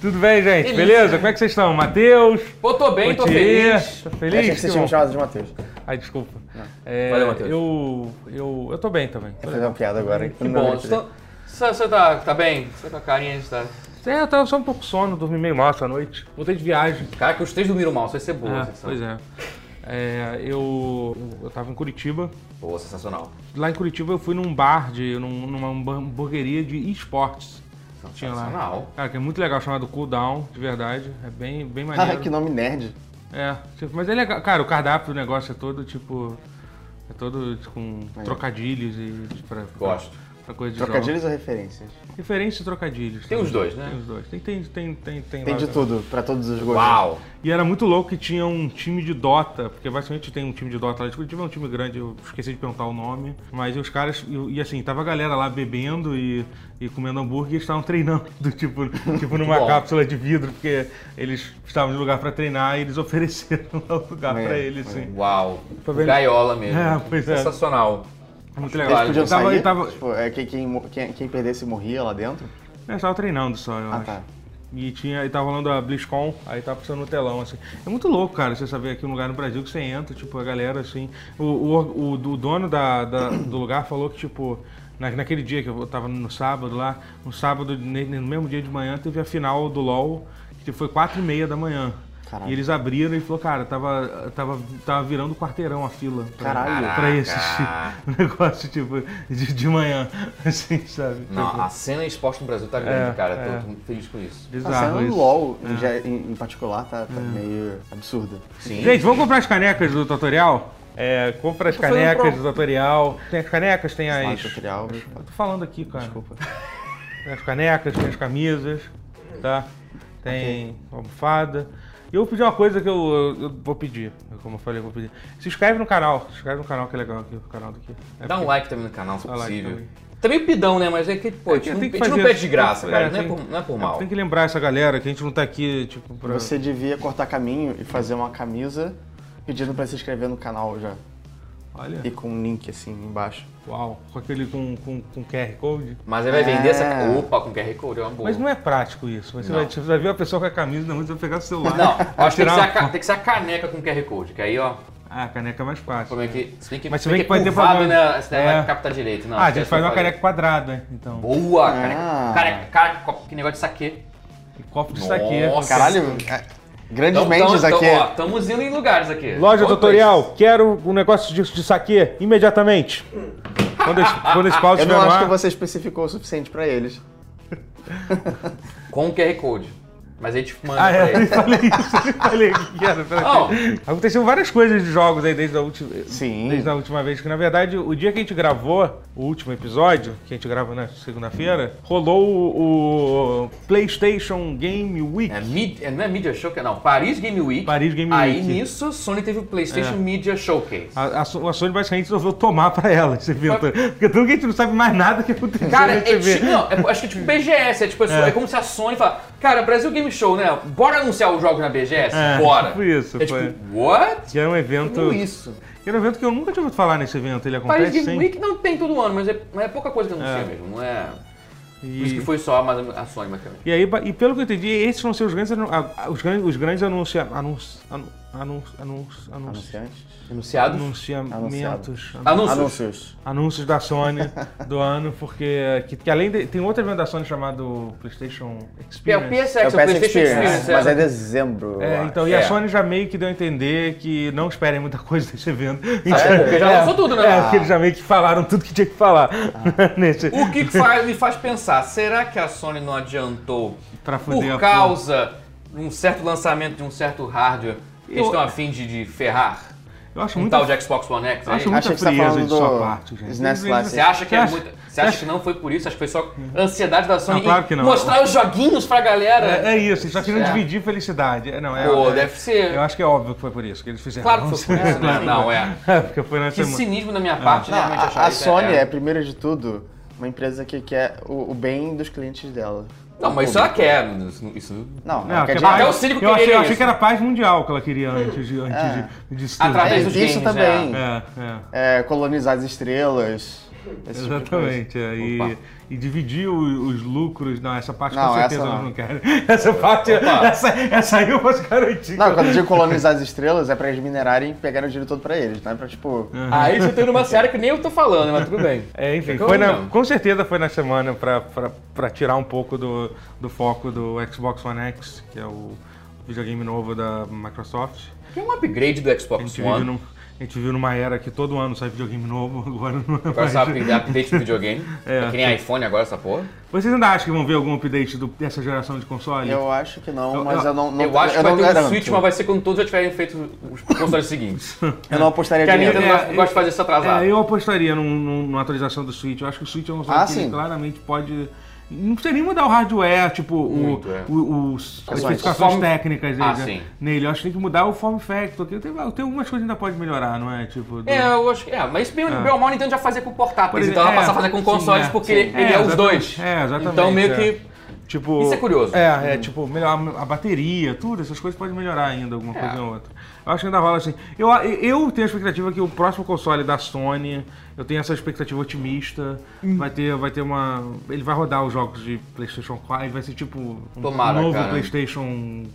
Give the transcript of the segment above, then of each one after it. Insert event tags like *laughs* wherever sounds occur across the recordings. Tudo bem, gente? Delícia. Beleza? Como é que vocês estão? Matheus? Pô, tô bem, tô Potier? feliz. Tá Eu achei feliz? que você Que tinha bom. me chamado de Matheus. Quer Ai, desculpa. É, Valeu, Matheus. Eu, eu, eu tô bem também. fazer uma piada agora. Que bom. Você tá, você- você tá, tá bem? Você tá com a carinha de tá... É, eu tava só um pouco sono, dormi meio mal essa noite. Voltei de viagem. Cara, que os três dormiram mal, isso vai ser boa. É, essa sessão. pois é. É, eu, eu- eu tava em Curitiba. Boa, sensacional. Lá em Curitiba eu fui num bar, de, num- numa hamburgueria de esportes. Tinha lá. Sensacional. Cara, que é muito legal, chamado Cool Down, de verdade. É bem, bem maneiro. Ah, que nome nerd. É, tipo, mas é legal. Cara, o cardápio do negócio é todo, tipo... É todo com trocadilhos e... tipo, Pra, Gosto. Pra coisa de Trocadilhos ou referências? jovem. Referência e trocadilhos. Tem os dois, né? Tem os dois. Tem, tem, tem, tem, tem Tem lá de também. tudo, pra todos os gostos. Uau. E era muito louco que tinha um time de Dota, porque basicamente tem um time de Dota lá de Curitiba, é um time grande, eu esqueci de perguntar o nome. Mas os caras, e, e assim, tava a galera lá bebendo e, e comendo hambúrguer e eles estavam *laughs* treinando, tipo, tipo numa bom. cápsula de vidro, porque eles estavam de lugar pra treinar e eles *laughs* ofereceram lá o lugar É, pra eles, assim. Uau. Tô vendo. Gaiola mesmo. É, pois é. Sensacional. Muito Eles legal. Claro, podiam Eu tava, sair? eu tava, Tipo, é, quem, quem, mo- quem, quem perdesse morria lá dentro? eu tava treinando só, eu Ah, acho. tá. E tinha, e tava rolando a BlizzCon, aí tava passando no telão, assim. É muito louco, cara, você saber aqui um lugar no Brasil que você entra, tipo, a galera, assim. O, o, o- o dono da, da- do lugar falou que, tipo, na, naquele dia que eu tava no sábado lá, no sábado, ne- no mesmo dia de manhã, teve a final do LOL, que foi quatro e meia da manhã. Caralho. E eles abriram e falou, cara, tava, tava, tava virando quarteirão a fila. pra- Caralho. Pra ir *laughs* assistir o negócio, tipo, de, de manhã, *laughs* assim, sabe? Não, Tipo, a cena exposta no Brasil tá grande, É, cara. é. Tô, tô muito feliz com isso. A cena bizarro do isso. Tá um É. LOL, em, ge- em- em particular, tá, tá meio absurda. Sim. Gente, vamos comprar as canecas do tutorial? É, compra as tô fazendo canecas pro- do tutorial. Tem as canecas, tem Lá as. no tutorial, Tô falando aqui, cara. desculpa. Tem as canecas, tem as camisas, tá? Tem almofada. E eu vou pedir uma coisa que eu, eu- eu vou pedir. Como eu falei, eu vou pedir. Se inscreve no canal. Se inscreve no canal que é legal aqui, o canal daqui. É Dá um porque- like também no canal, se Dá like possível. também. Tá meio pidão, né? Mas é que, pô, a gente, É, não, tem que a gente não fazer- pede de graça, é, cara. Não, é tem- por, não é por é, mal. Tem que lembrar essa galera que a gente não tá aqui, tipo, pra. Você devia cortar caminho e fazer uma camisa pedindo pra se inscrever no canal já. Olha. E com um link assim embaixo. Uau. Com aquele com, com, com QR Code. Mas aí vai vender essa. É. Opa, com QR Code é uma boa. Mas não é prático isso. Você, Não. vai, você vai ver uma pessoa com a camisa na mão, você vai pegar o celular. Não, acho que tem que, tirar ser uma a, ca- tem que ser a caneca com QR Code, que aí, ó, Ah, a caneca é mais fácil. como é que. Se bem que, Mas se se bem é que pode ter curvado, problema. né? Você não É. vai captar direito, não. ah, a esquece gente faz de uma fazer. caneca quadrada, então. é Boa, Ah. caneca. Caneca, cara, co- que negócio de saque. E copo de Nossa. Então, saque. Caralho, é- grandes Então, mentes aqui. Estamos indo em lugares aqui. Loja Bom, tutorial, quero um negócio de, de saque imediatamente. Quando esse, quando esse pause Eu estiver não no acho ar, que você especificou o suficiente pra eles. Com o QR Code. Mas aí a gente manda Ah, pra é, eu *laughs* ele. falei isso, eu falei que era, peraí. Não. Aconteceu várias coisas de jogos aí desde a última, Sim. desde a última vez, que na verdade, o dia que a gente gravou o último episódio, que a gente grava na segunda-feira, rolou o, o PlayStation Game Week. É mid- é- não é Media Showcase, não. Paris Game Week. Paris Game aí Week. nisso, Sony teve o PlayStation É. Media Showcase. A, a, So- a Sony basicamente resolveu tomar pra ela esse evento. Porque tudo que a gente não sabe mais nada que aconteceu Cara, é nesse tipo, evento. não, é, acho que é tipo BGS, é tipo, é. como se a Sony fala, cara, Brasil Game Show, né? Bora anunciar os jogos na BGS? É, Bora. tipo isso, É foi. tipo, what? Que era um evento. Tudo Tipo isso. Que era um evento que eu nunca tinha ouvido falar nesse evento. Ele Paris acontece Game sempre. Week não tem todo ano, mas é, mas é pouca coisa que anuncia mesmo, não é... Por isso que E, foi só mas a Sony, basicamente. e aí, ba- e pelo que eu entendi, esses vão ser os grandes, anu- a- a- os grandes, os grandes anuncia, anunci, anu, anunci, anunci, anunci, Anunciantes. Anunciados. anunciamentos. anu- Anúncios. Anúncios. Anúncios da Sony do ano, porque eh, que, que além de, tem outro evento da Sony chamado PlayStation Que é o Experience. PSX, é o PlayStation Experience. mas é. é dezembro. eu É, acho. então, e a É. Sony já meio que deu a entender que não esperem muita coisa desse evento. Então, é? Porque já lançou tudo, né? Ah. É, porque eles já meio que falaram tudo que tinha que falar. né, nesse, O que faz- me faz pensar, será que a Sony não adiantou pra fuder por a causa de um certo lançamento de um certo hardware que eles Eu- estão afim de, de ferrar? porra. Eu acho Um muito. tal de Xbox One X aí? acho Acho muita que você tá frieza falando de sua do parte, gente. Smash Bros. Você acha que é Você acha- muito. Você acha que não foi por isso? Acho que foi só ansiedade da Sony Não, claro que em não. mostrar os joguinhos pra galera? É, é isso, eles só queriam É. dividir felicidade. É, Não, é, Pô, é- deve ser. Eu acho que é óbvio que foi por isso que eles fizeram. Claro que foi por isso, né? Não, é. *laughs* É, porque foi Ah, na Que semana. cinismo da minha parte, né, Não, realmente achar a, a isso, Sony é, primeiro de tudo, uma empresa que quer o, o bem dos clientes dela. Não, mas isso é ela quer. Isso, isso- Não, Não, é não quer que é dizer- mais- Até o Cínico eu achei, queria eu achei isso. que era paz mundial que ela queria antes de, É, antes É. de, disso tudo. Através dos isso games, também. né? É, é. é, colonizar as estrelas. Esse tipo de coisa. Exatamente. é, e, Opa. e dividir o- os lucros. Não, essa parte Não, com essa certeza não. nós não quero. *laughs* Essa parte. Opa. Essa, essa aí eu posso garantir. Não, quando eu digo colonizar as estrelas, é pra eles minerarem e pegarem o dinheiro todo pra eles, não é pra tipo. Aí você tem numa série que nem eu tô falando, mas tudo bem. *laughs* É, enfim, Ficou foi na- não. com certeza foi na semana pra, pra, pra tirar um pouco do, do foco do Xbox One X, que é o videogame novo da Microsoft. Que é um upgrade do A Xbox gente, One. vive num- a gente vive numa era que todo ano sai videogame novo, *laughs* agora não é Agora mais. você update, update do *laughs* videogame. É. É. que nem iPhone agora, essa porra. Vocês ainda acham que vão ver algum update do- dessa geração de console? Eu acho que não, É. Eu- mas eu, eu- não, não eu acho que vai não ter garanto. um Switch, mas vai ser quando todos já tiverem feito os *laughs* consoles seguintes. Eu não apostaria Porque a dinheiro. Nintendo É, gosta- eu- gosta de fazer isso atrasado. É, eu apostaria num- num- numa atualização do Switch. Eu acho que o Switch é um console Ah, que sim. claramente pode. Não precisa nem mudar o hardware, tipo, o- Muito, é. o- os, as As especificações form- técnicas Ah, dele, sim. nele. Eu acho que tem que mudar o form factor. Tem, tem, tem algumas coisas que ainda pode melhorar, não é? Tipo, do- É, eu acho que. É, mas isso bem, bem ou mal, a Nintendo já fazia com portáteis. Ah. Por Então ela exemplo, passa a é, fazer com sim, consoles é, porque sim. ele é, os exatamente. dois. É, exatamente. Então meio é. que. Tipo, Isso é curioso. É, é tipo, melhorar a bateria, tudo, essas coisas podem melhorar ainda, alguma É. coisa ou outra. Eu acho que ainda rola assim. Eu, eu tenho a expectativa que o próximo console da Sony, eu tenho essa expectativa otimista, Uhum. vai, ter, vai ter uma. Ele vai rodar os jogos de PlayStation 4, vai ser tipo um Tomara, novo cara. PlayStation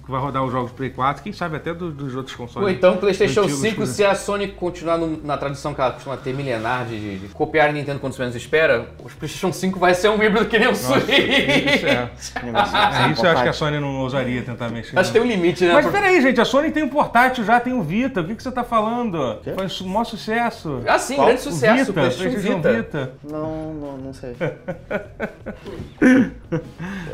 que vai rodar os jogos do Play 4, quem sabe até do- dos outros consoles. Ou então, PlayStation antigos, né? 5, por se a Sony continuar no- na tradição que ela costuma ter milenar de, de copiar a Nintendo quando menos espera, o PlayStation 5 vai ser um híbrido que nem o Nossa, Switch. *laughs* isso é. Negócio, É, isso eu acho que portátil. a Sony não ousaria tentar mexer. Acho que não. tem um limite, né? Mas peraí, gente, a Sony tem um portátil já, tem o Vita. O que, que você tá falando? Foi um su- maior sucesso. Ah, sim, Qual? grande sucesso, Vita, um PlayStation Vita. Não, não, não sei.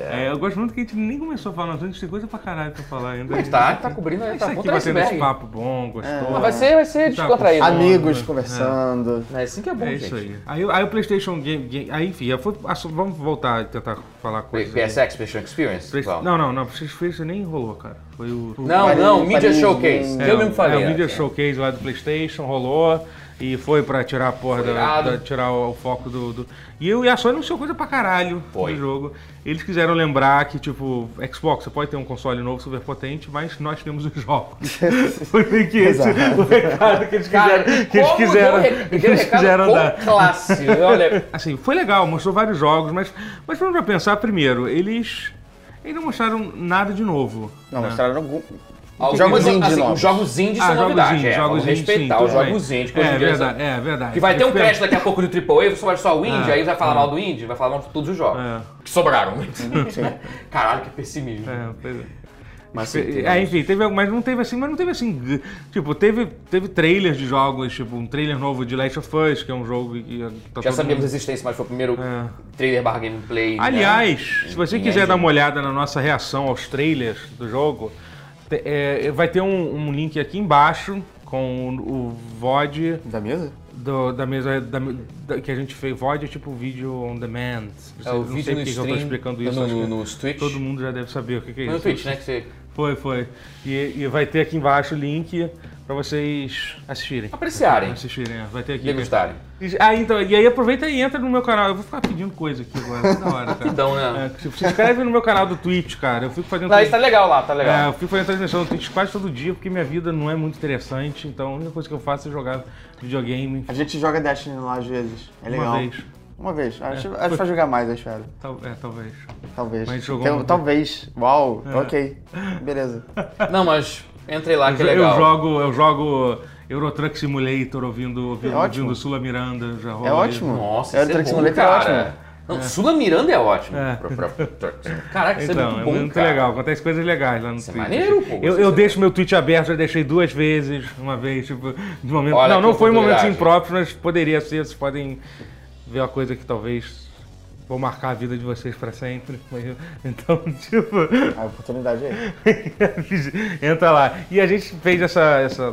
É, eu gosto muito que a gente nem começou a falar, nós temos coisa pra caralho pra falar ainda. Mas tá, tá cobrindo aí, Isso tá aqui contra o batendo esse iceberg. Ah, papo bom, gostoso. Mas vai ser, vai ser Tá, descontraído. com- Amigo. Amigos né? conversando. É assim que é bom, É gente. isso aí. Aí, aí o PlayStation Game. Game- aí, enfim, eu fui- ah, só- vamos voltar e tentar falar P- coisas. PSX, PlayStation Experience? Play- Vamos. é. Não, não, não, PlayStation nem enrolou, cara. Foi o. o- Não, Paris- não, Media Paris- Showcase. É, eu mesmo falei. É, o Media é. Showcase lá do PlayStation rolou e foi pra tirar a porra Foi da, irado. da- tirar o, o foco do, do- E eu e a Sony anunciou coisa pra caralho Foi. do jogo. Eles quiseram lembrar que, tipo, Xbox, você pode ter um console novo super potente, mas nós temos os *laughs* jogos. foi meio que esse Exato. o recado que eles quiseram, Cara, que eles como quiseram, deu re- *laughs* que deu eles recado quiseram com dar. classe. Olha, Assim, foi legal, mostrou vários jogos, mas, mas vamos pra pensar, primeiro, eles. Eles não mostraram nada de novo. Não, né? mostraram algum. alguns- Jogos indie assim, novos. Os jogos indie Ah, são jogos novidade. indie, é, jogos vamos indie, sim, respeitar tudo os bem. jogos indie. Que hoje É em dia verdade, é verdade. Que vai ter um Espero- crash daqui a pouco do AAA, você vai só o indie, É, aí vai falar é. mal do indie, vai falar mal de todos os jogos. É. Que sobraram. Sim. Caralho, que pessimismo. É, pois é. Mas É, sim, tem- é, enfim, teve, mas não teve assim, mas não teve assim. g- Tipo, teve, teve trailers de jogos, tipo, um trailer novo de Last of Us, que é um jogo que tá todo Já sabíamos a mundo- existência, mas foi o primeiro É. trailer barra gameplay. né? Aliás, se você Em quiser engine. dar uma olhada na nossa reação aos trailers do jogo, te- é, vai ter um, um link aqui embaixo com o, o VOD Da mesa? do- da mesa da- da- que a gente fez. VOD é tipo vídeo on demand. É o não sei por vídeo no que que stream, eu tô explicando isso. no, acho no, que nos Twitch. Todo mundo já deve saber o que, que é No isso. Twitch, né? Que você... Foi, foi. E, e vai ter aqui embaixo o link pra vocês assistirem. Apreciarem, Assistirem, é. vai ter aqui. degustarem. E- Ah, então, e aí aproveita e entra no meu canal. Eu vou ficar pedindo coisa aqui agora, da hora, *laughs* cara. Então, né? É, se, se inscreve no meu canal do Twitch, cara. Eu fico fazendo. Não, isso tá legal lá, tá É, legal. eu fico fazendo transmissão no Twitch quase todo dia, porque minha vida não é muito interessante, então a única coisa que eu faço é jogar videogame A gente joga Destiny lá às vezes. É legal. uma vez. Uma vez. Acho, acho que vai jogar mais, acho, cara. Tal- é, talvez. Talvez. Mas jogou Tem- um- muito. É. talvez. Uau, ok. Beleza. Não, mas entrei lá que é eu, eu legal. jogo, eu jogo Eurotruck Simulator ouvindo, ouvindo, É ótimo. ouvindo Sula Miranda. Já rolou É isso. ótimo. Nossa, é isso é Truck bom, Simulator é cara. ótimo. Não, Sula Miranda é ótimo. É. Pra- pra- pra- Caraca, isso é Então, muito é bom, muito cara. legal, acontece coisas legais lá no Isso é Twitter. maneiro, pô, Eu, você é eu sabe. deixo meu tweet aberto, já deixei duas vezes, uma vez, tipo, de momento. Olha não, que não foi momentos oportunidade. impróprios, mas poderia ser, vocês podem ver uma coisa que talvez vou marcar a vida de vocês pra sempre. *laughs* mas eu- Então, *laughs* tipo, É. A oportunidade aí. *laughs* entra lá. E a gente fez essa, essa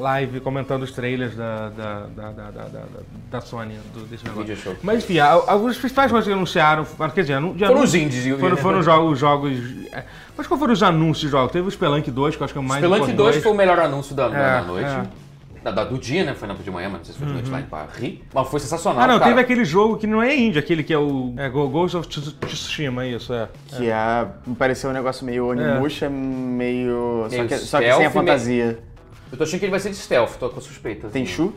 live comentando os trailers da, da, da, da, da, da, da Sony, do, desse Video negócio. show. Mas enfim, a- algumas principais coisas que anunciaram, ah, quer dizer, anu- de Foram anúncio- os indies. eu- foram, foram os jogos, os jogos. é, Mas qual foram os anúncios de jogos? Teve o Spelunk 2, que eu acho que é o mais Spelunk 2 importante. foi o melhor anúncio da, da- É, Uhum. da noite. Da, da- do dia, né? Foi na de manhã, mas não sei se foi de noite lá em Paris. Mas foi sensacional, Ah, não, cara. teve aquele jogo que não é indie, aquele que é o é, Go- Ghost of Tsu- Tsushima, isso, é. Que é, me pareceu um negócio meio Onimusha, meio. Só Meio que, só que sem a stealth, fantasia. Eu tô achando que ele vai ser de stealth, tô com suspeita. Tem Shu?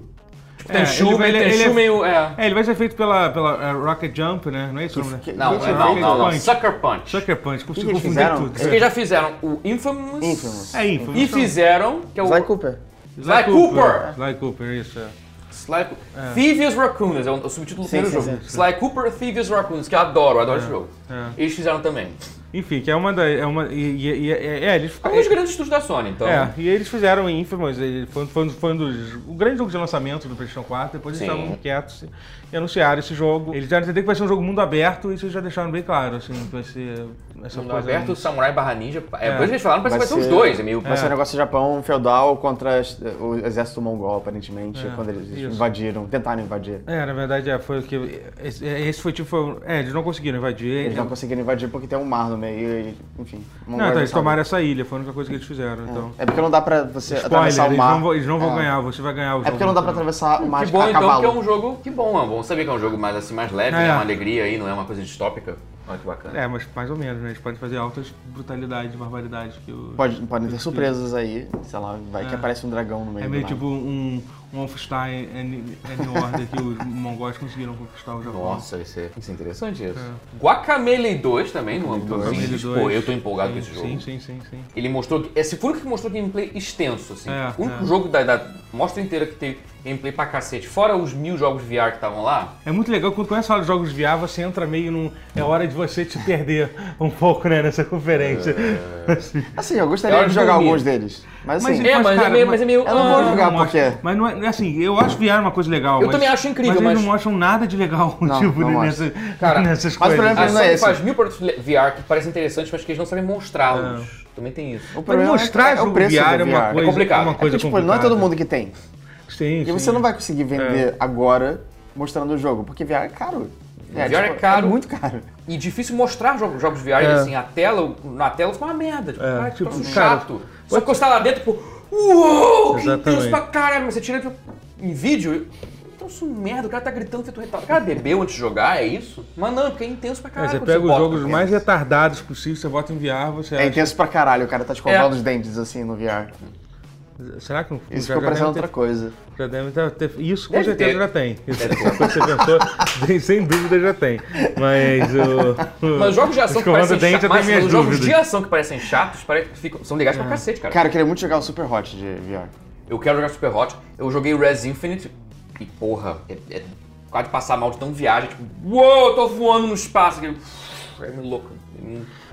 Tipo, É, ele Tenchu, vai- meio ele- Tenchu, ele- meio... É. É, ele vai ser feito pela, pela eh, Rocket Jump, né? Não é isso o nome, né? que- Não, Gente, é, não, Rocket não, não. Punch. Sucker Punch. Sucker Punch, consigo que eles confundir fizeram? tudo. Eles É, que já fizeram o Infamous, Infamous. É Infamous. e fizeram, que é o Sly Cooper. Sly Sly Cooper. Sly Cooper, isso. é. Sly Cooper. Thievius Raccoons, é o, o subtítulo do Sim, primeiro sim, jogo. sim. Sly Cooper, Thievius Raccoons, que eu adoro, eu adoro esse jogo. é. Eles fizeram também. Enfim, que é uma da. É uma, e, e- e- é, é, eles Alguns grandes estúdios da Sony, então. É, e eles fizeram Infamous, ele foi, foi, um- foi um dos, o grande jogo de lançamento do PlayStation 4, depois eles Sim. estavam quietos e- e anunciaram esse jogo. Eles já entender que vai ser um jogo mundo aberto, isso eles já deixaram bem claro, assim, que vai ser essa Mundo coisa... Então, aberto, Samurai barra Ninja. É, É. Depois eles falaram, parece que vai Vai ser os ser- dois. É meio. Vai ser um negócio de Japão feudal contra as- o exército mongol, aparentemente, É, quando eles isso. invadiram, tentaram invadir. É, na verdade, é, foi o que... Esse, esse foi tipo... foi- é, eles não conseguiram invadir. Eles é- não conseguiram invadir porque tem um mar no meio e, enfim. não, mongóis então, eles sabem. tomaram essa ilha, foi a única coisa que eles fizeram, então... É porque não dá pra você Spoiler, atravessar o eles mar. não, vão- eles não vão É. ganhar, você vai ganhar o jogo. É porque não dá pra entendeu? atravessar o mar que de bom a então cavalo. que é um jogo. Que bom, é bom saber que é um jogo mais assim, mais leve, É. né? Uma alegria aí, não é uma coisa distópica. Olha que bacana. É, mas mais ou menos, né? Eles podem fazer altas brutalidades, barbaridades que o... Pode, podem ter surpresas aí, sei lá, vai que É. aparece um dragão no meio É do meio mar. tipo um, um Wolfenstein N- N Order que os mongóis conseguiram conquistar o Japão. Nossa, isso é, isso é interessante isso. Guacamelee 2 também, no âmbito Guacamelee de Pô, 2. eu tô empolgado sim, com esse jogo. Sim, sim, sim, sim. Ele mostrou. que- Esse foi o que mostrou gameplay extenso, assim. É, o único é. jogo da, da mostra inteira que teve gameplay pra cacete, fora os mil jogos VR que estavam lá. É muito legal, quando começa a falar de jogos VR, você entra meio num... É hora de você te perder *laughs* um pouco, né, nessa conferência. Assim. Assim, eu É gostaria hora de de jogar dormir. alguns deles. Mas assim, É, mas é meio- mas é meio, eu não vou ah, jogar Não porque... acho- Mas não é, assim, eu acho VR uma coisa legal. Eu mas- também acho incrível, mas... eles mas- não mostram nada de legal, *laughs* Não, tipo, não nessa, Cara, nessas mas o coisas. problema A Mas não é Sony esse. faz mil produtos le- VR que parecem interessantes, mas que eles não sabem É. mostrá-los. Também tem isso. O Mas problema mostrar é, é jogo o preço VR do é uma VR. coisa, complicado. uma É coisa Porque, tipo, não é todo complicada. mundo que tem. Sim, E sim. É, você não vai conseguir vender agora mostrando o jogo, porque VR é caro. tipo, VR é caro. muito caro. E difícil mostrar jogos, jogos VR, É. assim, a tela, na tela fica uma merda. Tipo, É, cara, que tipo, troço cara, chato. Só que você tá lá dentro, tipo, uou, que intenso Exatamente. pra caralho. Mas Você tira tipo, em vídeo, então isso merda, o cara tá gritando, feito um retardado. O cara bebeu antes de jogar, é isso? Mas não, porque é intenso pra É, caralho. você quando pega os bota. jogos né? mais retardados possíveis, você bota em VR, você É acha... intenso pra caralho, o cara tá escovando É. os dentes assim no VR. então, Será que não Isso já- já ficou deve parecendo ter- outra coisa. Já deve ter, ter- isso com Deve certeza ter. já tem. Isso é quando você inventou, sem- *laughs* sem dúvida já tem. Mas o. o- *laughs* Mas os jogos de ação que escovando parecem dente, chatos, eu tenho mas minhas os jogos dúvidas. É. de ação que parecem chatos pare- ficam- são legais pra cacete, cara. Cara, eu queria muito jogar o Super Hot de VR. Eu quero jogar Super Hot. Eu joguei Res Infinite e, porra, é, é quase passar mal de tão viagem. Tipo, uou, eu tô voando no espaço. Aquele, é meio louco.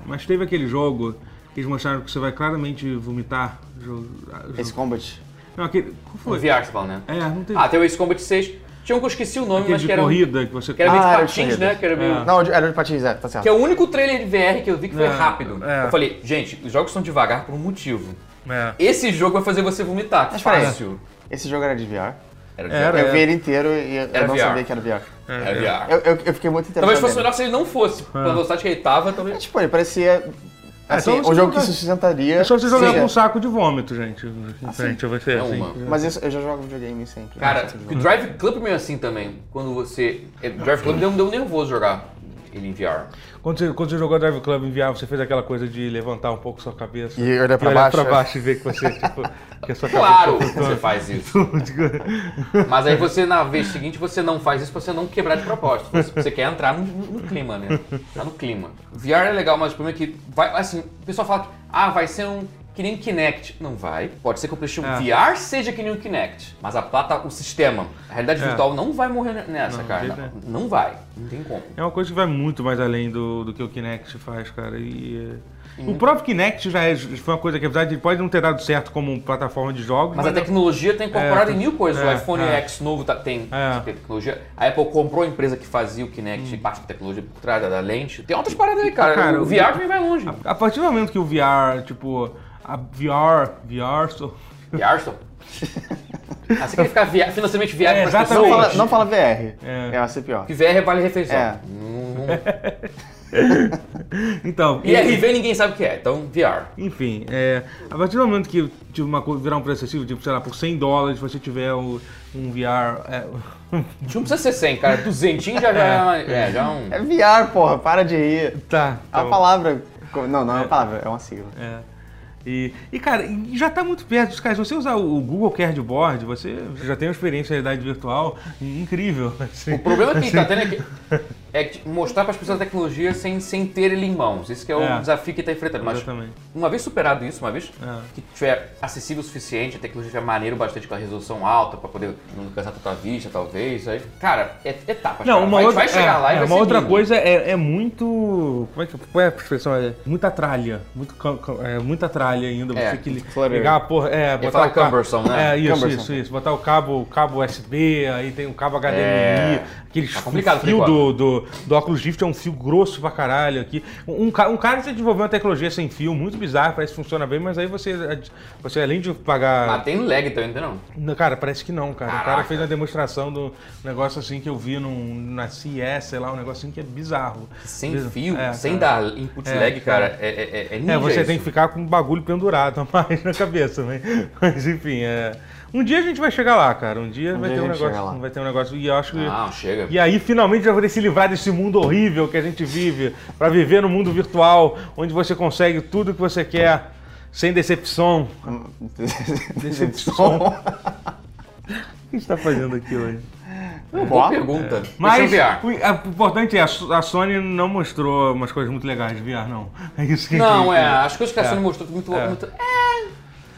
Mas teve aquele jogo que eles mostraram que você vai claramente vomitar. Jogo, ah, jogo- Esse Combat. Não, aquele. Qual No foi? VR que você fala, né? É, não teve. Ah, tem o Ace Combat 6. Tinha um que eu esqueci o nome, aquele mas de que era, um- corrida que você. é. que era meio Ah, de era de patins, corrida. né? Que era meio... Ah. Não, era de patins, é, tá certo. Que é o único trailer de VR que eu vi que foi É, rápido. é. Eu falei, gente, os jogos são devagar por um motivo. É. Esse jogo vai fazer você vomitar. Que Mas peraí. fácil. Esse jogo era de VR. Era, de Era. VR. É. Eu vi ele inteiro e eu Era não VR. sabia que era VR. Era VR. Eu, eu- eu fiquei muito Então interessado. Talvez fosse nele. melhor se ele não fosse. É. Pela velocidade que ele tava, talvez... É, tipo, ele parecia. Assim, então você um jogo que joga- se sustentaria. É só você jogar Sim, com é. um saco de vômito, gente. Em frente a você, É assim. uma. Mas isso, eu já jogo videogame sempre. né? Ah, tá Tipo, Cara, Nossa, o Drive Club é meio assim também. Quando você. é, Drive Club deu, deu nervoso jogar ele em VR. Quando você, quando você jogou Drive Club em VR, você fez aquela coisa de levantar um pouco sua cabeça. E olhar pra baixo, pra é. baixo e ver que você, tipo, que a sua *laughs* Claro que cabeça. você faz isso. Mas aí você, na vez seguinte, você não faz isso pra você não quebrar de propósito. Você, você quer entrar no, no- no clima, né? Tá no clima. VR é legal, mas o problema é que vai. Assim, o pessoal fala que. Ah, vai ser um. Que nem Kinect. Não vai. Pode ser que o PlayStation É. VR seja que nem o Kinect. Mas a plata, o sistema, a realidade É. virtual não vai morrer nessa, Não, de cara. jeito Não, não vai. Não tem como. *laughs* É uma coisa que vai muito mais além do, do que o Kinect faz, cara. E, é, O próprio Kinect já é- foi uma coisa que, apesar de pode não ter dado certo como plataforma de jogos, Mas a tecnologia tá incorporada É, em mil coisas. o é, iPhone é. X novo tá- tem É. Hum. essa tecnologia. A Apple comprou a empresa que fazia o Kinect e parte da tecnologia por trás da- da lente. Tem outras paradas aí, cara. Ah, Cara, o o- VR também vai *laughs* longe. a partir do momento que o VR, tipo, a VR, VR, so- VR só. Ah, você quer ficar via- financeiramente VR É, para as exatamente. Não pessoas? fala, não fala VR. É. É, vai ser pior. Que VR vale refeição. É. Não- não- *laughs* então, *laughs* E RV ninguém sabe o que é, então VR. enfim, é, a partir do momento que tipo, uma, co- virar um preço acessível, tipo, sei lá, por 100 dólares, você tiver um, um VR, é, *laughs* A gente não precisa ser 100, cara. 200 já, já, é, uma- é, já é um... É VR, porra, para de rir. tá, É uma então, palavra. Não, não é uma palavra, é uma sigla. é, E, e, cara, e já tá muito perto. Cara, se você usar o Google Cardboard, você já tem uma experiência de realidade virtual incrível. *laughs* assim. O problema que a gente tá tendo é, que, é que mostrar para as pessoas a tecnologia sem, sem ter ele em mãos. Esse que é o É. desafio que está enfrentando. Mas Exatamente. uma vez superado isso, uma vez É. que tiver acessível o suficiente, a tecnologia tiver maneiro bastante com a resolução alta para poder não cansar tanta vista, talvez. Aí, cara, é etapas. cara. Não, uma vai, outra, vai chegar é, lá e é, vai uma ser outra lindo. coisa é, é muito. Como é que qual é a expressão? É muita tralha. Muito, cam- cam- é, muita tralha ainda. É, Você que li- clutter. ligar a porra. É, botar falar o cabo. cumbersome, né? É, isso, Cumbersome. isso, isso. Botar o cabo, o cabo USB, aí tem o cabo HDMI, É. aqueles Tá complicado, fio por do, do, do óculos Rift é um fio grosso pra caralho aqui. Um, ca- um cara que desenvolveu uma tecnologia sem fio, muito bizarro, parece que funciona bem, mas aí você, você além de pagar. Ah, tem lag também, entendeu? não? Não, Cara, parece que não, cara. O cara Caraca. fez uma demonstração do negócio assim que eu vi num, na CES, sei lá, um negócio assim que é bizarro. Sem Bizarro. fio, É, sem cara. dar input É, lag, cara, é, é, é, é ninja É, você isso. tem que ficar com o bagulho pendurado *laughs* a mais na cabeça, né? Mas enfim, é. Um dia a gente vai chegar lá, cara. Um dia, Um vai, dia ter um a gente chega negócio, lá. vai ter um negócio. E eu acho que. Não, Ah, chega. E aí, finalmente, já vou se livrar desse mundo horrível que a gente vive, pra viver no mundo virtual, onde você consegue tudo que você quer, sem decepção. *laughs* Decepção. O que a gente tá fazendo aqui hoje? Boa Ó, pergunta. é Mas Esse é o VR. o, a- o importante é, a, Su- a Sony não mostrou umas coisas muito legais de VR, não. É isso que Não, que- é, as coisas que a Sony mostrou muito... É. muito-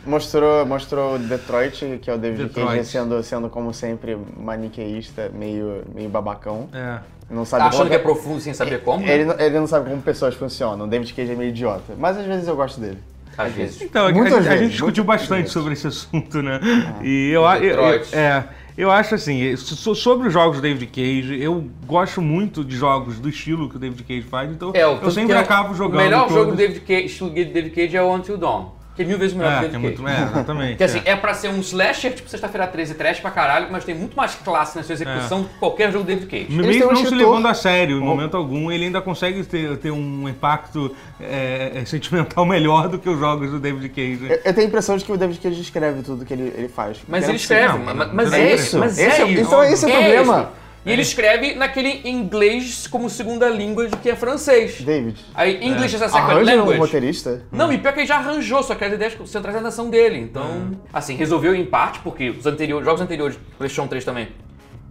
Mostrou, mostrou o Detroit, que é o David Detroit. Cage sendo, sendo, como sempre, maniqueísta, meio, meio babacão. É. Não Tá sabe achando como- que é profundo sem saber como? né? Ele, não- ele não sabe como pessoas funcionam. O David Cage é meio idiota. Mas às vezes eu gosto dele. Às vezes. Então, a- Muitas a, a vezes, gente discutiu muitas bastante vezes. sobre esse assunto, né? e eu, a- eu, eu, Ah, Detroit. é, eu acho assim, so- sobre os jogos do David Cage, eu gosto muito de jogos do estilo que o David Cage faz, então É, o eu tanto sempre que é o- acabo jogando O melhor todos. jogo do David Cage, estilo de David Cage é o Until Dawn. Que é mil vezes melhor É, que que o é David muito... Cage. É, exatamente. Que assim, é. é pra ser um slasher, tipo sexta-feira 13, trash pra caralho, mas tem muito mais classe na sua execução que qualquer jogo do David Cage. Eles têm Mesmo um não se extintor. levando a sério em momento algum, ele ainda consegue ter, ter um impacto é, é, sentimental *laughs* melhor do que os jogos do David Cage. Eu, eu tenho a impressão de que o David Cage escreve tudo que ele, ele faz. Mas Porque é um ele não escreve, não, ma- não, mas não, é não, isso, não. mas é Esse é o- isso. então é esse o problema. isso. E ele escreve naquele inglês como segunda língua de que é francês. precisa- David, Aí, English as a second arranja um language. roteirista? Não, e pior que ele já arranjou, só que as ideias centrais ainda são dele. Então, Ah. assim, resolveu em parte, porque os anteriores, jogos anteriores, PlayStation 3 também,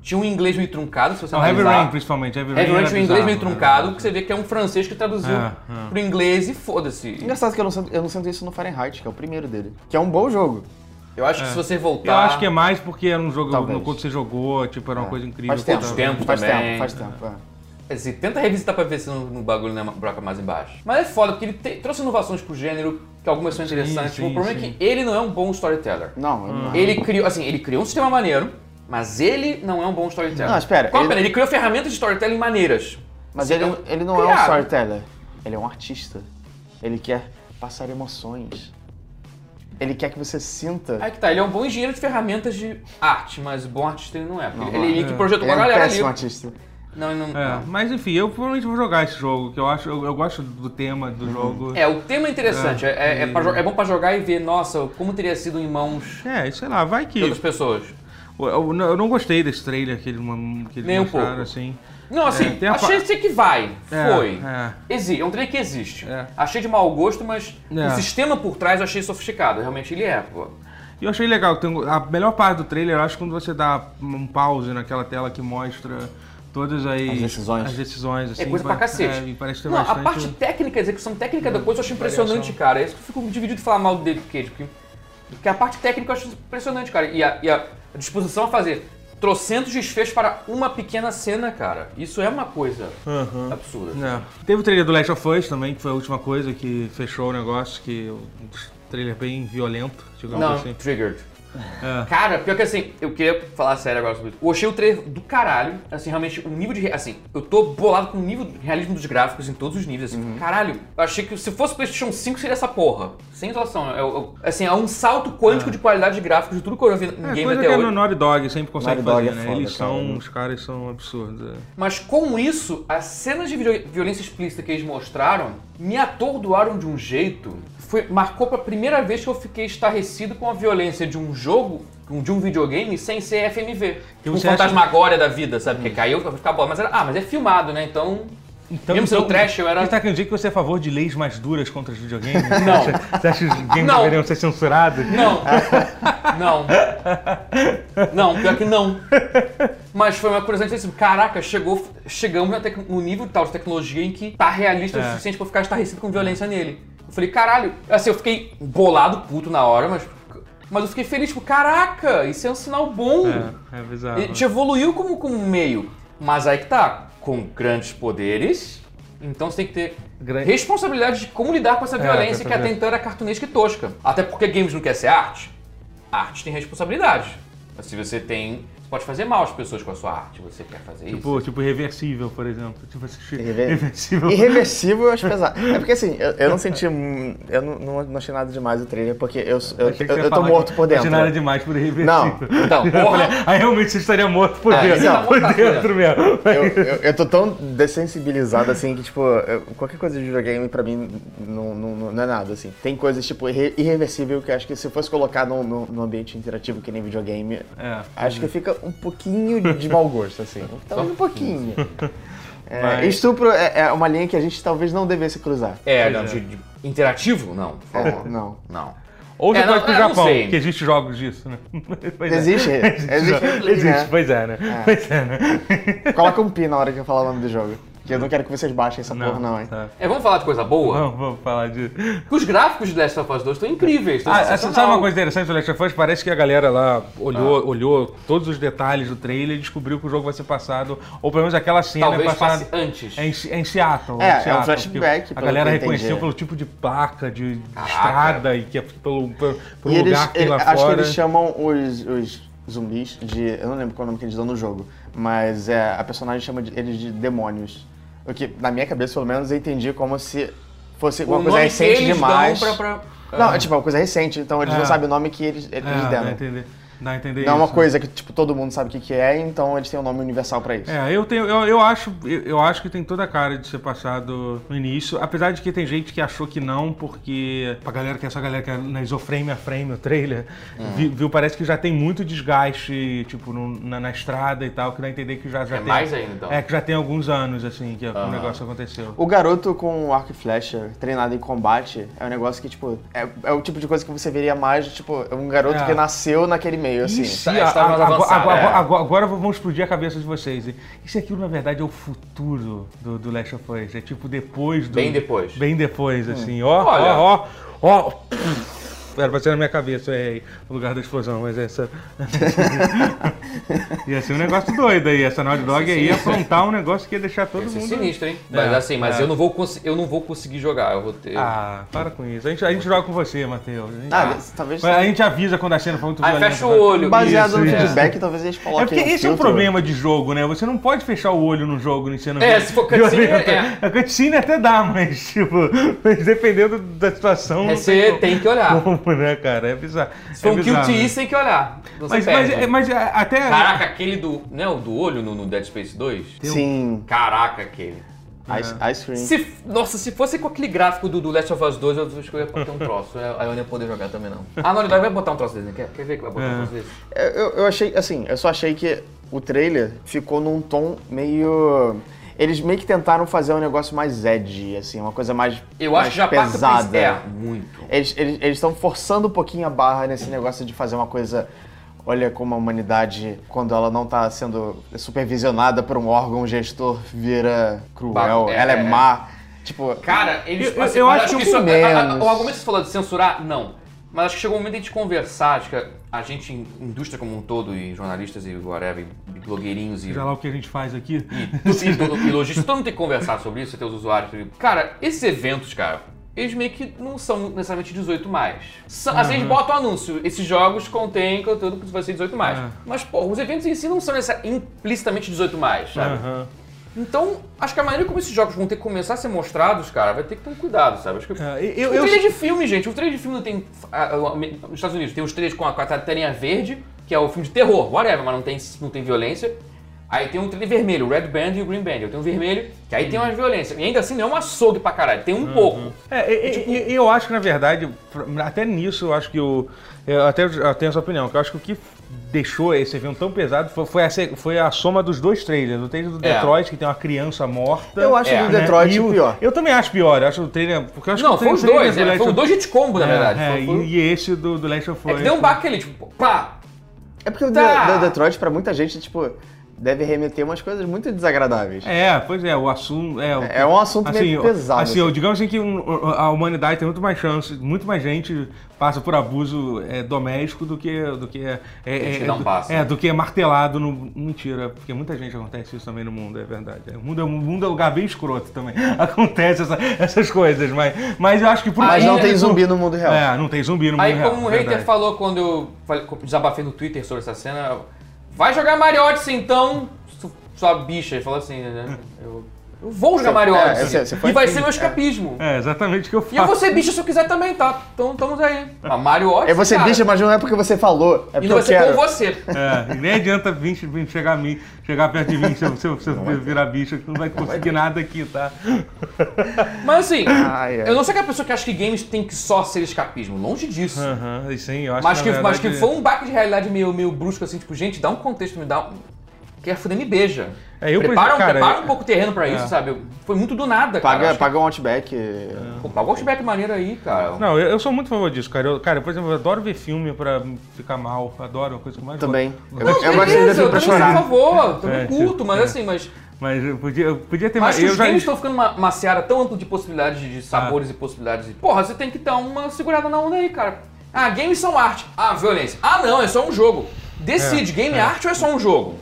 tinha um inglês meio truncado, se você É O Heavy analisar. Rain, principalmente. Heavy Rain, É, durante era o inglês bizarro, meio né? truncado, que você vê que é um francês que traduziu É, é. pro inglês e foda-se. Engraçado que eu não, sinto, eu não sinto isso no Fahrenheit, que é o primeiro dele. Que é um bom jogo. Eu acho que se você voltar... Eu acho que é mais porque era um jogo Talvez. É. no quando você jogou, tipo, era uma coisa incrível. Faz tempo. Tava- tempo faz também. tempo, faz tempo. é. Assim, tenta revisitar pra ver se no, no bagulho não é uma broca mais embaixo. Mas é foda, porque ele te- trouxe inovações pro gênero, que algumas são interessantes. sim, o problema é sim. que ele não é um bom storyteller. Não, ele não é. Ele criou, assim, ele criou um sistema maneiro, mas ele não é um bom storyteller. Não, espera, Qual a ele- pena? Ele criou ferramentas de storytelling maneiras. Mas Assim, ele, é um- ele não é um criado. storyteller. Ele é um artista. Ele quer passar emoções. Ele quer que você sinta. Aí que tá, ele é um bom engenheiro de ferramentas de arte, mas bom artista ele não é. Porque Não, ele, ele que é. projetou Ele uma é um galera péssimo ali. artista. Não, ele não. É, mas enfim, eu provavelmente vou jogar esse jogo, que eu acho, eu, eu gosto do tema Uhum. do jogo. É, o tema é interessante. É, é, é pra jo- é bom pra jogar e ver, nossa, como teria sido em mãos É, sei lá, vai que. de Eu, outras pessoas. eu não- eu não gostei desse trailer que eles, man- que eles Nem um mostraram, pouco. assim. Não, assim, tem a achei pa- sei que vai. É, Foi. é. Exi- É. um trailer que existe. É. Achei de mau gosto, mas É. o sistema por trás eu achei sofisticado. Realmente ele é, pô. E eu achei legal, tem, um, a melhor parte do trailer, eu acho quando você dá um pause naquela tela que mostra todas as, As decisões. as decisões, assim, É coisa pra pa- cacete. é, e parece ter Não, a bastante. parte técnica, a execução técnica da coisa eu acho impressionante, variação. cara. É isso que eu fico dividido de falar mal do David Cage, porque, tipo, porque a parte técnica eu acho impressionante, cara. E a, e a disposição a fazer trocentos desfechos para uma pequena cena, cara. Isso é uma coisa Aham. absurda. É. Teve o trailer do Last of Us também, que foi a última coisa que fechou o negócio, que um trailer bem violento, digamos Não, assim. triggered. É. Cara, pior que assim, eu queria falar sério agora sobre isso. Eu achei o trailer do caralho, assim, realmente, o nível de. re- Assim, eu tô bolado com o nível de realismo dos gráficos em todos os níveis, assim, caralho. Eu achei que se fosse PlayStation 5 seria essa porra. Sem relação. É, o- é- assim, é um salto quântico de qualidade de gráficos de tudo que eu vi É, em game coisa até que hoje. o Naughty Dog sempre consegue Naughty Dog fazer, é né? foda, Eles cara, são, né? os caras são absurdos. é. Mas com isso, as cenas de video- violência explícita que eles mostraram me atordoaram de um jeito. Foi, marcou pela primeira vez que eu fiquei estarrecido com a violência de um jogo, de um videogame, sem ser FMV. Tipo um você acha- Hum. fantasmagória da vida, sabe? Porque caiu, vai ficar boa. Mas era, ah, mas é filmado, né? Então. E Então, Mesmo sendo trash, eu era- Você tá querendo dizer que você é a favor de leis mais duras contra os videogames? Você *laughs* Não. acha, você acha que os games Não. deveriam ser censurados? Não. Não. Não, pior que não. Mas foi uma curiosidade assim, caraca, chegou, chegamos na tec- no nível tal de tecnologia em que tá realista o É. suficiente pra eu ficar estarrecido com violência nele. Eu falei, caralho. Assim, eu fiquei bolado, puto na hora, mas, mas eu fiquei feliz, tipo, caraca, isso é um sinal bom. É, é bizarro. A gente evoluiu como, como meio. Mas aí que tá, com grandes poderes, então você tem que ter Grande- responsabilidade de como lidar com essa É, violência com que essa até então era cartunesca e tosca. Até porque games não quer ser arte. Arte tem responsabilidade. Mas se você tem. Você pode fazer mal às pessoas com a sua arte, você quer fazer Tipo, tipo reversível, por exemplo. Tipo, esse- Irrever- reversível. Irreversível eu acho *laughs* pesado. É porque assim, eu, eu não senti. hum, Eu não, não, não achei nada demais o trailer, porque eu, eu, Achei que eu, você ia eu tô falar morto que por dentro. né? Não tinha nada demais por irreversível. Não, isso. *laughs* Então, Eu falei, porra, aí realmente você estaria morto por Ah, dentro. não, por tá, dentro mesmo. Eu, eu, eu tô tão dessensibilizado assim que, tipo, eu- qualquer coisa de videogame pra mim não, não, não é nada, assim. Tem coisas, tipo, irre- irreversível que eu acho que se fosse colocar num, num, num ambiente interativo que nem videogame, É. acho que fica um pouquinho de mau gosto, assim. Talvez um pouquinho. É, Mas- Estupro é, é uma linha que a gente talvez não devesse cruzar. é, Pois não, é. de- de- interativo? Não, por É, favor. não. Não. Ou você É, não, pode ir pro eu não Japão, sei. que existe jogos disso, né? *laughs* Pois é. *laughs* Existe, existe, Existe, né? pois é, né? Pois é, né? Coloca um pi na hora que eu falar o nome do jogo. Que eu não quero que vocês baixem essa porra, não, hein? tá. É, vamos falar de coisa boa? Vamos, vamos falar de. Porque os gráficos de Last of Us 2 estão incríveis. Estão é Ah, essa- sensacional. sabe uma coisa interessante do Last of Us? Parece que a galera lá olhou, Ah. olhou todos os detalhes do trailer e descobriu que o jogo vai ser passado, ou pelo menos aquela cena Talvez é passe passada. antes. É em, Se- é em Seattle. É, em é um Seattle, flashback, porque A pelo galera que eu reconheceu entendi. pelo tipo de placa, de, de Caraca. estrada e que é pelo, pelo, pelo E lugar eles, que tem ele- lá acho fora. que eles chamam os, os zumbis de. Eu não lembro qual é o nome que eles dão no jogo, mas é, a personagem chama de- eles de demônios. O que, na minha cabeça, pelo menos, eu entendi como se fosse uma o coisa nome que recente eles demais. dão pra... pra- Não, é tipo, uma coisa recente, então eles É. não sabem o nome que eles, eles É, dá deram. a entender. Dá a entender Não é uma isso, né? coisa que, tipo, todo mundo sabe o que, que é, então eles têm um nome universal pra isso. É, eu, tenho, eu, eu, acho, eu, eu acho que tem toda a cara de ser passado no início, apesar de que tem gente que achou que não, porque a galera que essa galera que é na isoframe a frame, o trailer, É. vi- viu, parece que já tem muito desgaste, tipo, no- na, na estrada e tal, que dá a entender que já, já É tem... mais ainda, então. É, que já tem alguns anos, assim, que o negócio aconteceu. O garoto com arco e flecha treinado em combate é um negócio que, tipo, é, é o tipo de coisa que você veria mais, tipo, um garoto É. que nasceu naquele meio, assim. Isso, Tá, história mais agora, avançada, agora- é. agora- agora vamos explodir a cabeça de vocês. Isso aqui, na verdade, é o futuro do, do Last of Us. É tipo depois do. Bem depois. Hum. Bem depois, assim. Ó, Olha. ó, ó, ó. Era pra ser na minha cabeça, eu errei o lugar da explosão, mas *laughs* essa. ia ser um negócio doido aí. Essa Naughty Dog aí ia afrontar um negócio que ia deixar todo Isso é mundo. sinistro, hein? Mas assim, mas é. eu, não vou cons- eu não vou conseguir jogar. Eu vou ter. Ah, para com isso. A gente, a gente joga com você, Matheus. A gente- Ah, mas talveez- a gente avisa quando a cena for muito Aí violenta. fecha o olho. Baseado Isso, no isso. feedback, talvez eles coloquem. É porque um esse é um filtro. problema de jogo, né? Você não pode fechar o olho num *laughs* jogo em cena É, se for cutscene, violenta. é. A cutscene até dá, mas, tipo, *laughs* mas dependendo da situação. É, não você como- tem que olhar. Como, né, cara? É bizarro. Se for é um bizarro, QTE, né? você tem que olhar. Não se Mas, mas, perde. é, mas é, até. Caraca, aquele do. Né, o do olho no, no Dead Space 2? Sim, Caraca, aquele. um- ice, É. ice cream. Se f- nossa, se fosse com aquele gráfico do, do Last of Us 2, eu acho que eu ia ter *laughs* um troço. Eu- Aí eu não ia poder jogar também, não. Ah, não, vai botar um troço desse, né? Quer, quer ver que vai É. botar um troço desse? Eu, eu- eu achei, assim, eu só achei que o trailer ficou num tom meio. Eles meio que tentaram fazer um negócio mais edgy, assim, uma coisa mais. Eu mais acho que já passa pesada. pra esse- É, muito. Eles eles estão forçando um pouquinho a barra nesse negócio de fazer uma coisa. Olha como a humanidade, quando ela não está sendo supervisionada por um órgão gestor, vira cruel. Ba- é, ela é, é. má. Tipo, Cara, eles. Eu- eu- assim, eu mas acho que isso, um a- a- a- menos. O argumento que você falou de censurar, não. Mas acho que chegou o momento de a gente conversar, acho que a, a gente, in- indústria como um todo, e jornalistas e whatever, e blogueirinhos e. Veja lá o que a gente faz aqui. E, e, e lojistas, todo mundo tem que conversar sobre isso, tem os usuários. sobre- Cara, esses eventos, cara, eles meio que não são necessariamente 18 mais. São, Assim, Uhum. eles botam anúncio, esses jogos contêm conteúdo que vai ser 18 mais. É. Mas, pô, os eventos em si não são necessa- implicitamente 18 mais, sabe? *laughs* Aham. Então, acho que a maneira como esses jogos vão ter que começar a ser mostrados, cara, vai ter que ter um cuidado, sabe? Acho que. É, O eu, eu, trailer de filme, gente. O trailer de filme não tem. ah, ah, Nos Estados Unidos tem os três com a, com a telinha verde, que é o filme de terror, whatever, mas não tem, não tem violência. Aí tem um trilho vermelho, o Red Band e o Green Band. Eu tenho um vermelho, que aí tem Uhum. uma violência. E ainda assim não é um açougue pra caralho, tem um pouco. É, e- e- tipo e- eu acho que, na verdade, pra- até nisso, eu acho que o. Eu até eu tenho essa opinião, que eu acho que o que deixou esse evento tão pesado foi, foi a, se- foi a soma dos dois trailers. O trailer do É. Detroit, que tem uma criança morta. Eu acho É, que o né? Detroit E o- pior. Eu também acho pior, eu acho o trailer. Porque eu acho Não, que o foi os trailer dois, do é, Last foi os of- dois hit combo, na É, verdade. é, Foi- foi- e esse do, do Last of É Us. que deu um baque ali, tipo, pá! É porque o Tá. The, The Detroit, pra muita gente, tipo, deve remeter umas coisas muito desagradáveis. É, pois é, o assunto. É, o- É um assunto meio eu- pesado, Assim, eu- assim. digamos assim que um, a humanidade tem muito mais chance, muito mais gente passa por abuso é, doméstico do que do que é, é, Gente é, não do- passa. é, do que é martelado no mentira, porque muita gente acontece isso também no mundo, é verdade. O mundo é, o mundo é um lugar bem escroto também. *laughs* Acontece essa- essas coisas, mas mas eu acho que por Mas Mas não Aí- tem zumbi no mundo real. É, não tem zumbi no mundo Aí, real. é como um verdade. hater falou quando eu falei- desabafei no Twitter sobre essa cena, eu, vai jogar Mario Odyssey então, su- sua bicha. Ele falou assim, né? Eu, eu vou jogar Você- Mario é, Odyssey. você- você foi e vai assim, ser meu escapismo. É, exatamente o que eu E eu *laughs* falo. vou ser bicha se eu quiser também, tá? Então estamos aí. Mas Mario Odyssey. É você cara, bicha, mas não é porque você falou. É E porque não vai eu ser quero. com você. É, e nem adianta vir, vir chegar, a mim, chegar perto de mim se eu, se eu- se eu virar bicho, que não vai conseguir nada aqui, tá? Mas assim, *laughs* Ai, ai. eu não sou aquela pessoa que acha que games tem que só ser escapismo. Longe disso. Hum, Aham, e sim, eu acho Mas que, na mas que verdade- foi um baque de realidade meio, meio brusco, assim, tipo, gente, dá um contexto, me dá um. Quer fuder, me beija. É, eu prepara, pensei, um- cara, prepara é- um pouco o terreno pra isso, é. sabe? Foi muito do nada, cara. Paga, Acho paga um outback. que- Pô, paga o outback maneiro aí, cara. Não, eu, eu sou muito a favor disso, cara. Eu, cara, por exemplo, eu adoro ver filme pra ficar mal. Adoro, é uma coisa que eu mais gosto. Também. Eu, Não, eu gosto de ver beleza, filme eu também pra sou a chorar. favor, também É, curto, tipo, mas é. assim, mas. Mas eu podia, eu podia ter Mas mais. que os Eu já, games estão ficando uma, uma seara tão ampla de possibilidades, de sabores e possibilidades. de- Porra, você tem que dar uma segurada na onda aí, cara. Ah, games são arte. Ah, violência. Ah, não, é só um jogo. Decide, game é arte ou é só um jogo?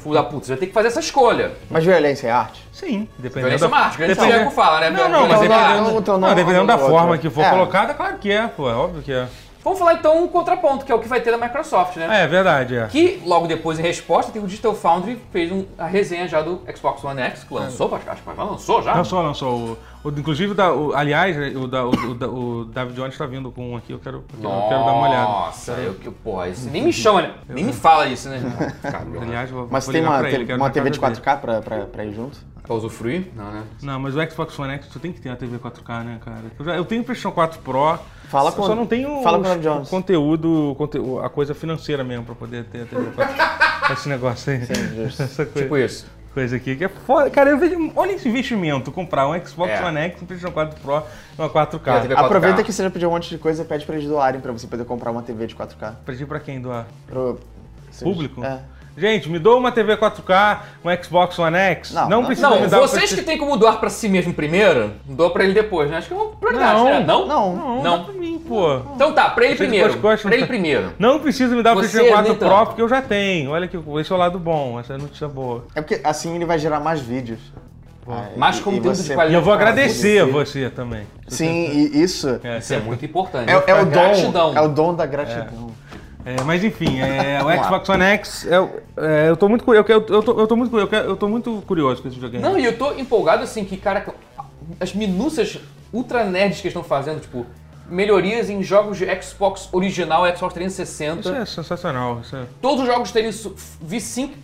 Filho da puta, você vai ter que fazer essa escolha. Mas violência é arte. Sim, dependendo. Violência é uma arte, grande depende- Diego fala, né? Não, não, Violência mas é uma arte. dependendo, não, então não, não- dependendo da não- forma que for é. colocada, claro que é, pô, é óbvio que é. Vamos falar então um contraponto, que é o que vai ter da Microsoft, né? É, é verdade, é. Que logo depois, em resposta, tem o Digital Foundry fez um- a resenha já do Xbox One X, que É. lançou, acho que lançou já. Lançou, lançou. O, o, inclusive, o da, o- aliás, né, o, da, o, o da- o David Jones tá vindo com um aqui, eu quero, eu quero- eu quero dar uma olhada. Nossa, eu que, porra, isso nem me chama, né? Nem me fala isso, né? *laughs* Caralho. Aliás, vou, Mas vou tem ligar uma, pra ele, tele- quero uma na casa TV de dele. 4K pra, pra, pra ir junto? Pra usufruir? Não, né? Não, mas o Xbox One X, tu tem que ter uma TV 4K, né, cara? Eu, já, eu tenho o PlayStation 4 Pro. Fala só- com- Só não tenho fala com o os- David Jones. conteúdo, conteúdo, a coisa financeira mesmo pra poder ter a TV *laughs* 4K. Esse negócio aí. justo. Essa coisa, Tipo isso. coisa aqui que é foda. Cara, eu vejo, olha esse investimento: comprar um Xbox É. One X, um PlayStation 4 Pro e uma E a TV 4K. 4K. Aproveita que você já pediu um monte de coisa e pede pra eles doarem pra você poder comprar uma TV de 4K. Pedi pra quem doar? Pro... Público? É. Gente, me dou uma TV 4K, um Xbox One X. Não, não não. precisa Não, me dar um vocês PlayStation- que tem como doar pra si mesmo primeiro, doa pra ele depois, né? Acho que é uma prioridade, Não, né? Não? Não. Não, Não. não. pra mim, pô. Então tá, pra ele Vocês primeiro. depois gostam, Pra ele tá? primeiro. Não precisa me dar o Você, PlayStation 4 Nathan. Pro, porque eu já tenho. Olha que esse é o lado bom, essa é a notícia boa. É porque assim ele vai gerar mais vídeos. Ah, Mais e- e conteúdo de você- qualidade. E eu vou Ah, agradecer a você também. Sim, e isso é, Isso é muito importante. é o Gratidão. dom. É o dom da gratidão. É, mas enfim, é, Vamos o lá. Xbox One X, é, o- é, eu tô muito curioso, eu, quero- eu, tô, eu tô muito curioso, eu, quero- eu tô muito curioso com esse videogame. Não, e eu tô empolgado assim que, cara, as minúcias ultra nerds que eles estão fazendo, tipo, melhorias em jogos de Xbox original, Xbox 360. isso é sensacional. Isso é... Todos os jogos terem su- V-Sync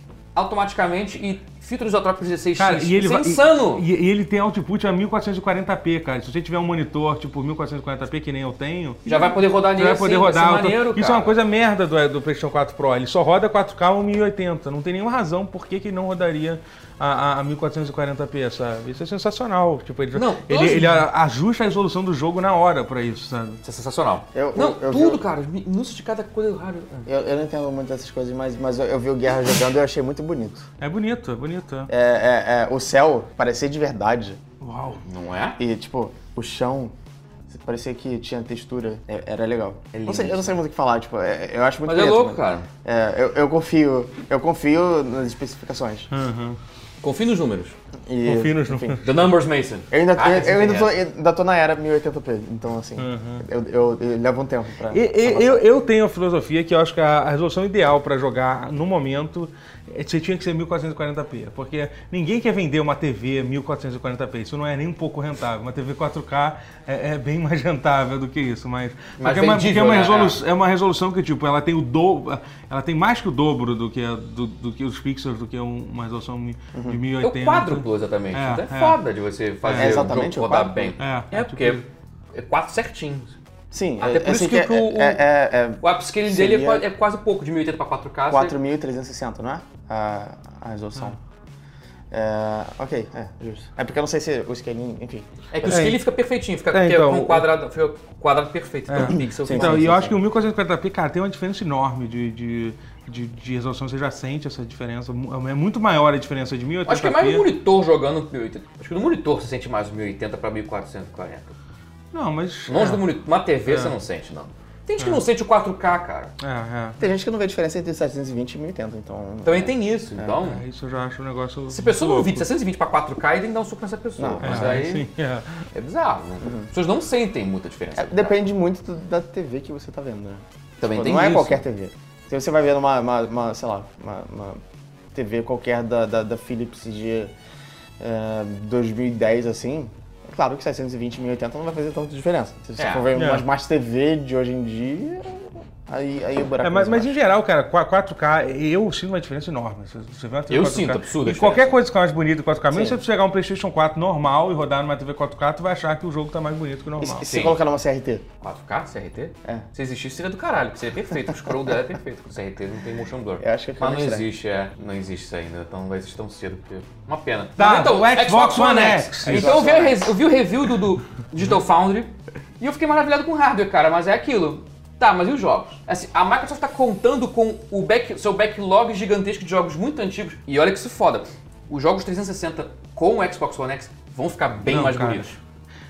automaticamente e filtros isotrópicos 16x. Cara, e ele Isso é vai- e- insano! E, e ele tem output a 1440p, cara. Se você tiver um monitor tipo 1440p que nem eu tenho, Já vai poder rodar você nele vai poder assim, rodar. vai ser outro- maneiro, Isso é cara. uma coisa merda do, do PlayStation 4 Pro. Ele só roda 4K ou 1080. Não tem nenhuma razão por que, que ele não rodaria a, a- a 1440p, sabe? Isso é sensacional. Tipo, ele, Não, ele, dois- ele a- ajusta a resolução do jogo na hora pra isso, sabe? Isso é sensacional. Eu- Não, eu- eu vi um- tudo, o- cara. Os minúcias de cada coisa é rara. É. Eu, eu não entendo muito dessas coisas, mas, mas eu, eu vi o Guerra jogando e eu achei muito bonito. É bonito, é bonito. é. É, é- é, o céu parecia de verdade. Uau. Não é? E, tipo, o chão parecia que tinha textura. É- era legal. lindo Não sei- eu não isso. sei muito o que falar, tipo, é- eu acho muito Mas é bonito, louco, mas- cara. É, eu, eu confio. Eu confio nas especificações. Uhum. Confie nos números. E, Confio nos enfim. números. The Numbers Mason. Eu ainda, Ah, eu- esse eu ainda tem tô, essa. ainda tô na era 1080p, então assim, eu, eu- eu levo um tempo pra. E- e- Eu, eu tenho a filosofia que eu acho que a, a resolução ideal pra jogar no momento é, você tinha que ser 1440p, porque ninguém quer vender uma TV 1440p, isso não é nem um pouco rentável. Uma TV 4K é, é bem mais *laughs* rentável do que isso, mas, Mas porque é uma, vendível, porque é uma né? resolução, é uma resolução que tipo, ela tem o dobro, ela tem mais que o dobro do que a- do, do que os pixels do que um- uma resolução mi- de É o 1080. quádruplo, exatamente. É, então é, é. foda de você fazer É, o exatamente, jogo o rodar quádruplo. bem. É, É, porque é quatro certinhos. Sim, Até é- por é isso assim que é- o- é- é- é- O upscaling Seria- dele é qua- é quase pouco, de 1080 pra 4K. você- 4.360, não é? A, a resolução. É, ok, é, justo. É porque eu não sei se o scaling, enfim. É que o É. scaling fica perfeitinho, fica É, que então, com o- o quadrado, fica o quadrado perfeito, fica um pixel. Sim, perfeito. Então, sim, e eu sim. acho que o 1440p, cara, tem uma diferença enorme de, de, de, de resolução. Você já sente essa diferença. mu- É muito maior a diferença de 1080p. Acho que é mais no monitor jogando o 1080. Acho que no monitor você sente mais o 1080 pra 1440. Não, mas. Longe é, do monitor. Uma TV você não sente, não. Tem gente que não sente o 4K, cara. É, Tem gente que não vê diferença entre 720 e 1080, então. Também tem isso, então. é. Isso eu já acho um negócio. Se a pessoa não louco. vídeo de 720 pra 4K, ele tem que dar um suco nessa pessoa. Não, mas É, aí sim, é. é bizarro. né? As pessoas não sentem muita diferença. Uhum. É, depende muito do- da TV que você tá vendo, né? Também Tipo, tem não é isso. qualquer TV. Se você vai ver numa, uma, uma, sei lá, uma, uma TV qualquer da, da, da Philips de eh, 2010, assim, é claro que 720 e 1080 não vai fazer tanta diferença. Se você É. for ver É. umas mais TV de hoje em dia, aí, aí o buraco É, mas, mas mais embaixo. em geral, cara, qua- 4K, eu sinto uma diferença enorme. Você- Você vê uma TV Eu 4K, sinto absurda a E qualquer diferença. coisa que fica mais bonita em 4K, mesmo Sim. se você pegar um PlayStation 4 normal e rodar numa TV 4K, tu vai achar que o jogo tá mais bonito que o E normal. se- se Sim. colocar numa CRT? 4K, CRT? É. Se existisse, seria do caralho, porque seria perfeito. O scroll dela é perfeito, porque o CRT não tem motion blur. Eu acho que é Mas não estranho. existe, é. Não existe isso ainda, então não vai existir tão cedo, porque... Uma pena. Tá, Mas então, o Xbox One X. Então eu vi, a res- eu vi o review do, do Digital Foundry e eu fiquei maravilhado com o hardware, cara, mas é aquilo. Tá, mas e os jogos? Assim, a Microsoft tá contando com o back- seu backlog gigantesco de jogos muito antigos. E olha que isso é foda. Os jogos 360 com o Xbox One X vão ficar bem Não, mais cara. bonitos.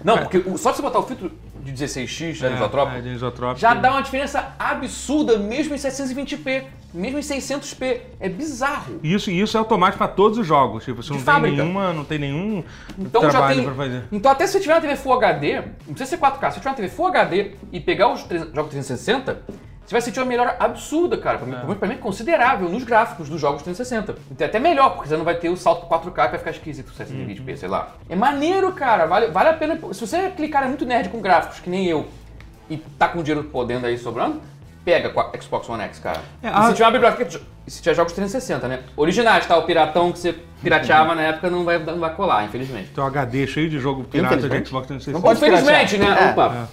Não, porque o- só de você botar o filtro de 16x da É, anisotrópica, é, de isotrópico. já dá uma diferença absurda, mesmo em 720p, mesmo em 600p. É bizarro. E Isso, e isso é automático para todos os jogos. Tipo, você De não fábrica. tem nenhuma, não tem nenhum Então já trabalho tem. pra fazer. Então, até se você tiver uma TV Full HD, não precisa ser 4K, se você tiver uma TV Full HD e pegar os tre- jogos 360, você vai sentir uma melhora absurda, cara. Pra mim, pelo menos pra mim é considerável nos gráficos dos jogos 360. Então, é até melhor, porque você não vai ter o salto pro 4K que vai ficar esquisito, 720p, Uhum. sei lá. É maneiro, cara. Vale, vale a pena. Se você clicar é muito nerd com gráficos, que nem eu, e tá com dinheiro podendo aí sobrando, pega com a Xbox One X, cara. É, E a- se tiver uma biblioteca. de jo- e se tiver jogos 360, né? Originais, tá? O piratão que você Uhum. pirateava na época não vai, não vai colar, infelizmente. Tem um HD cheio de jogo pirata de Infelizmente. Xbox 360. pode Infelizmente, piratear. né? É. Opa.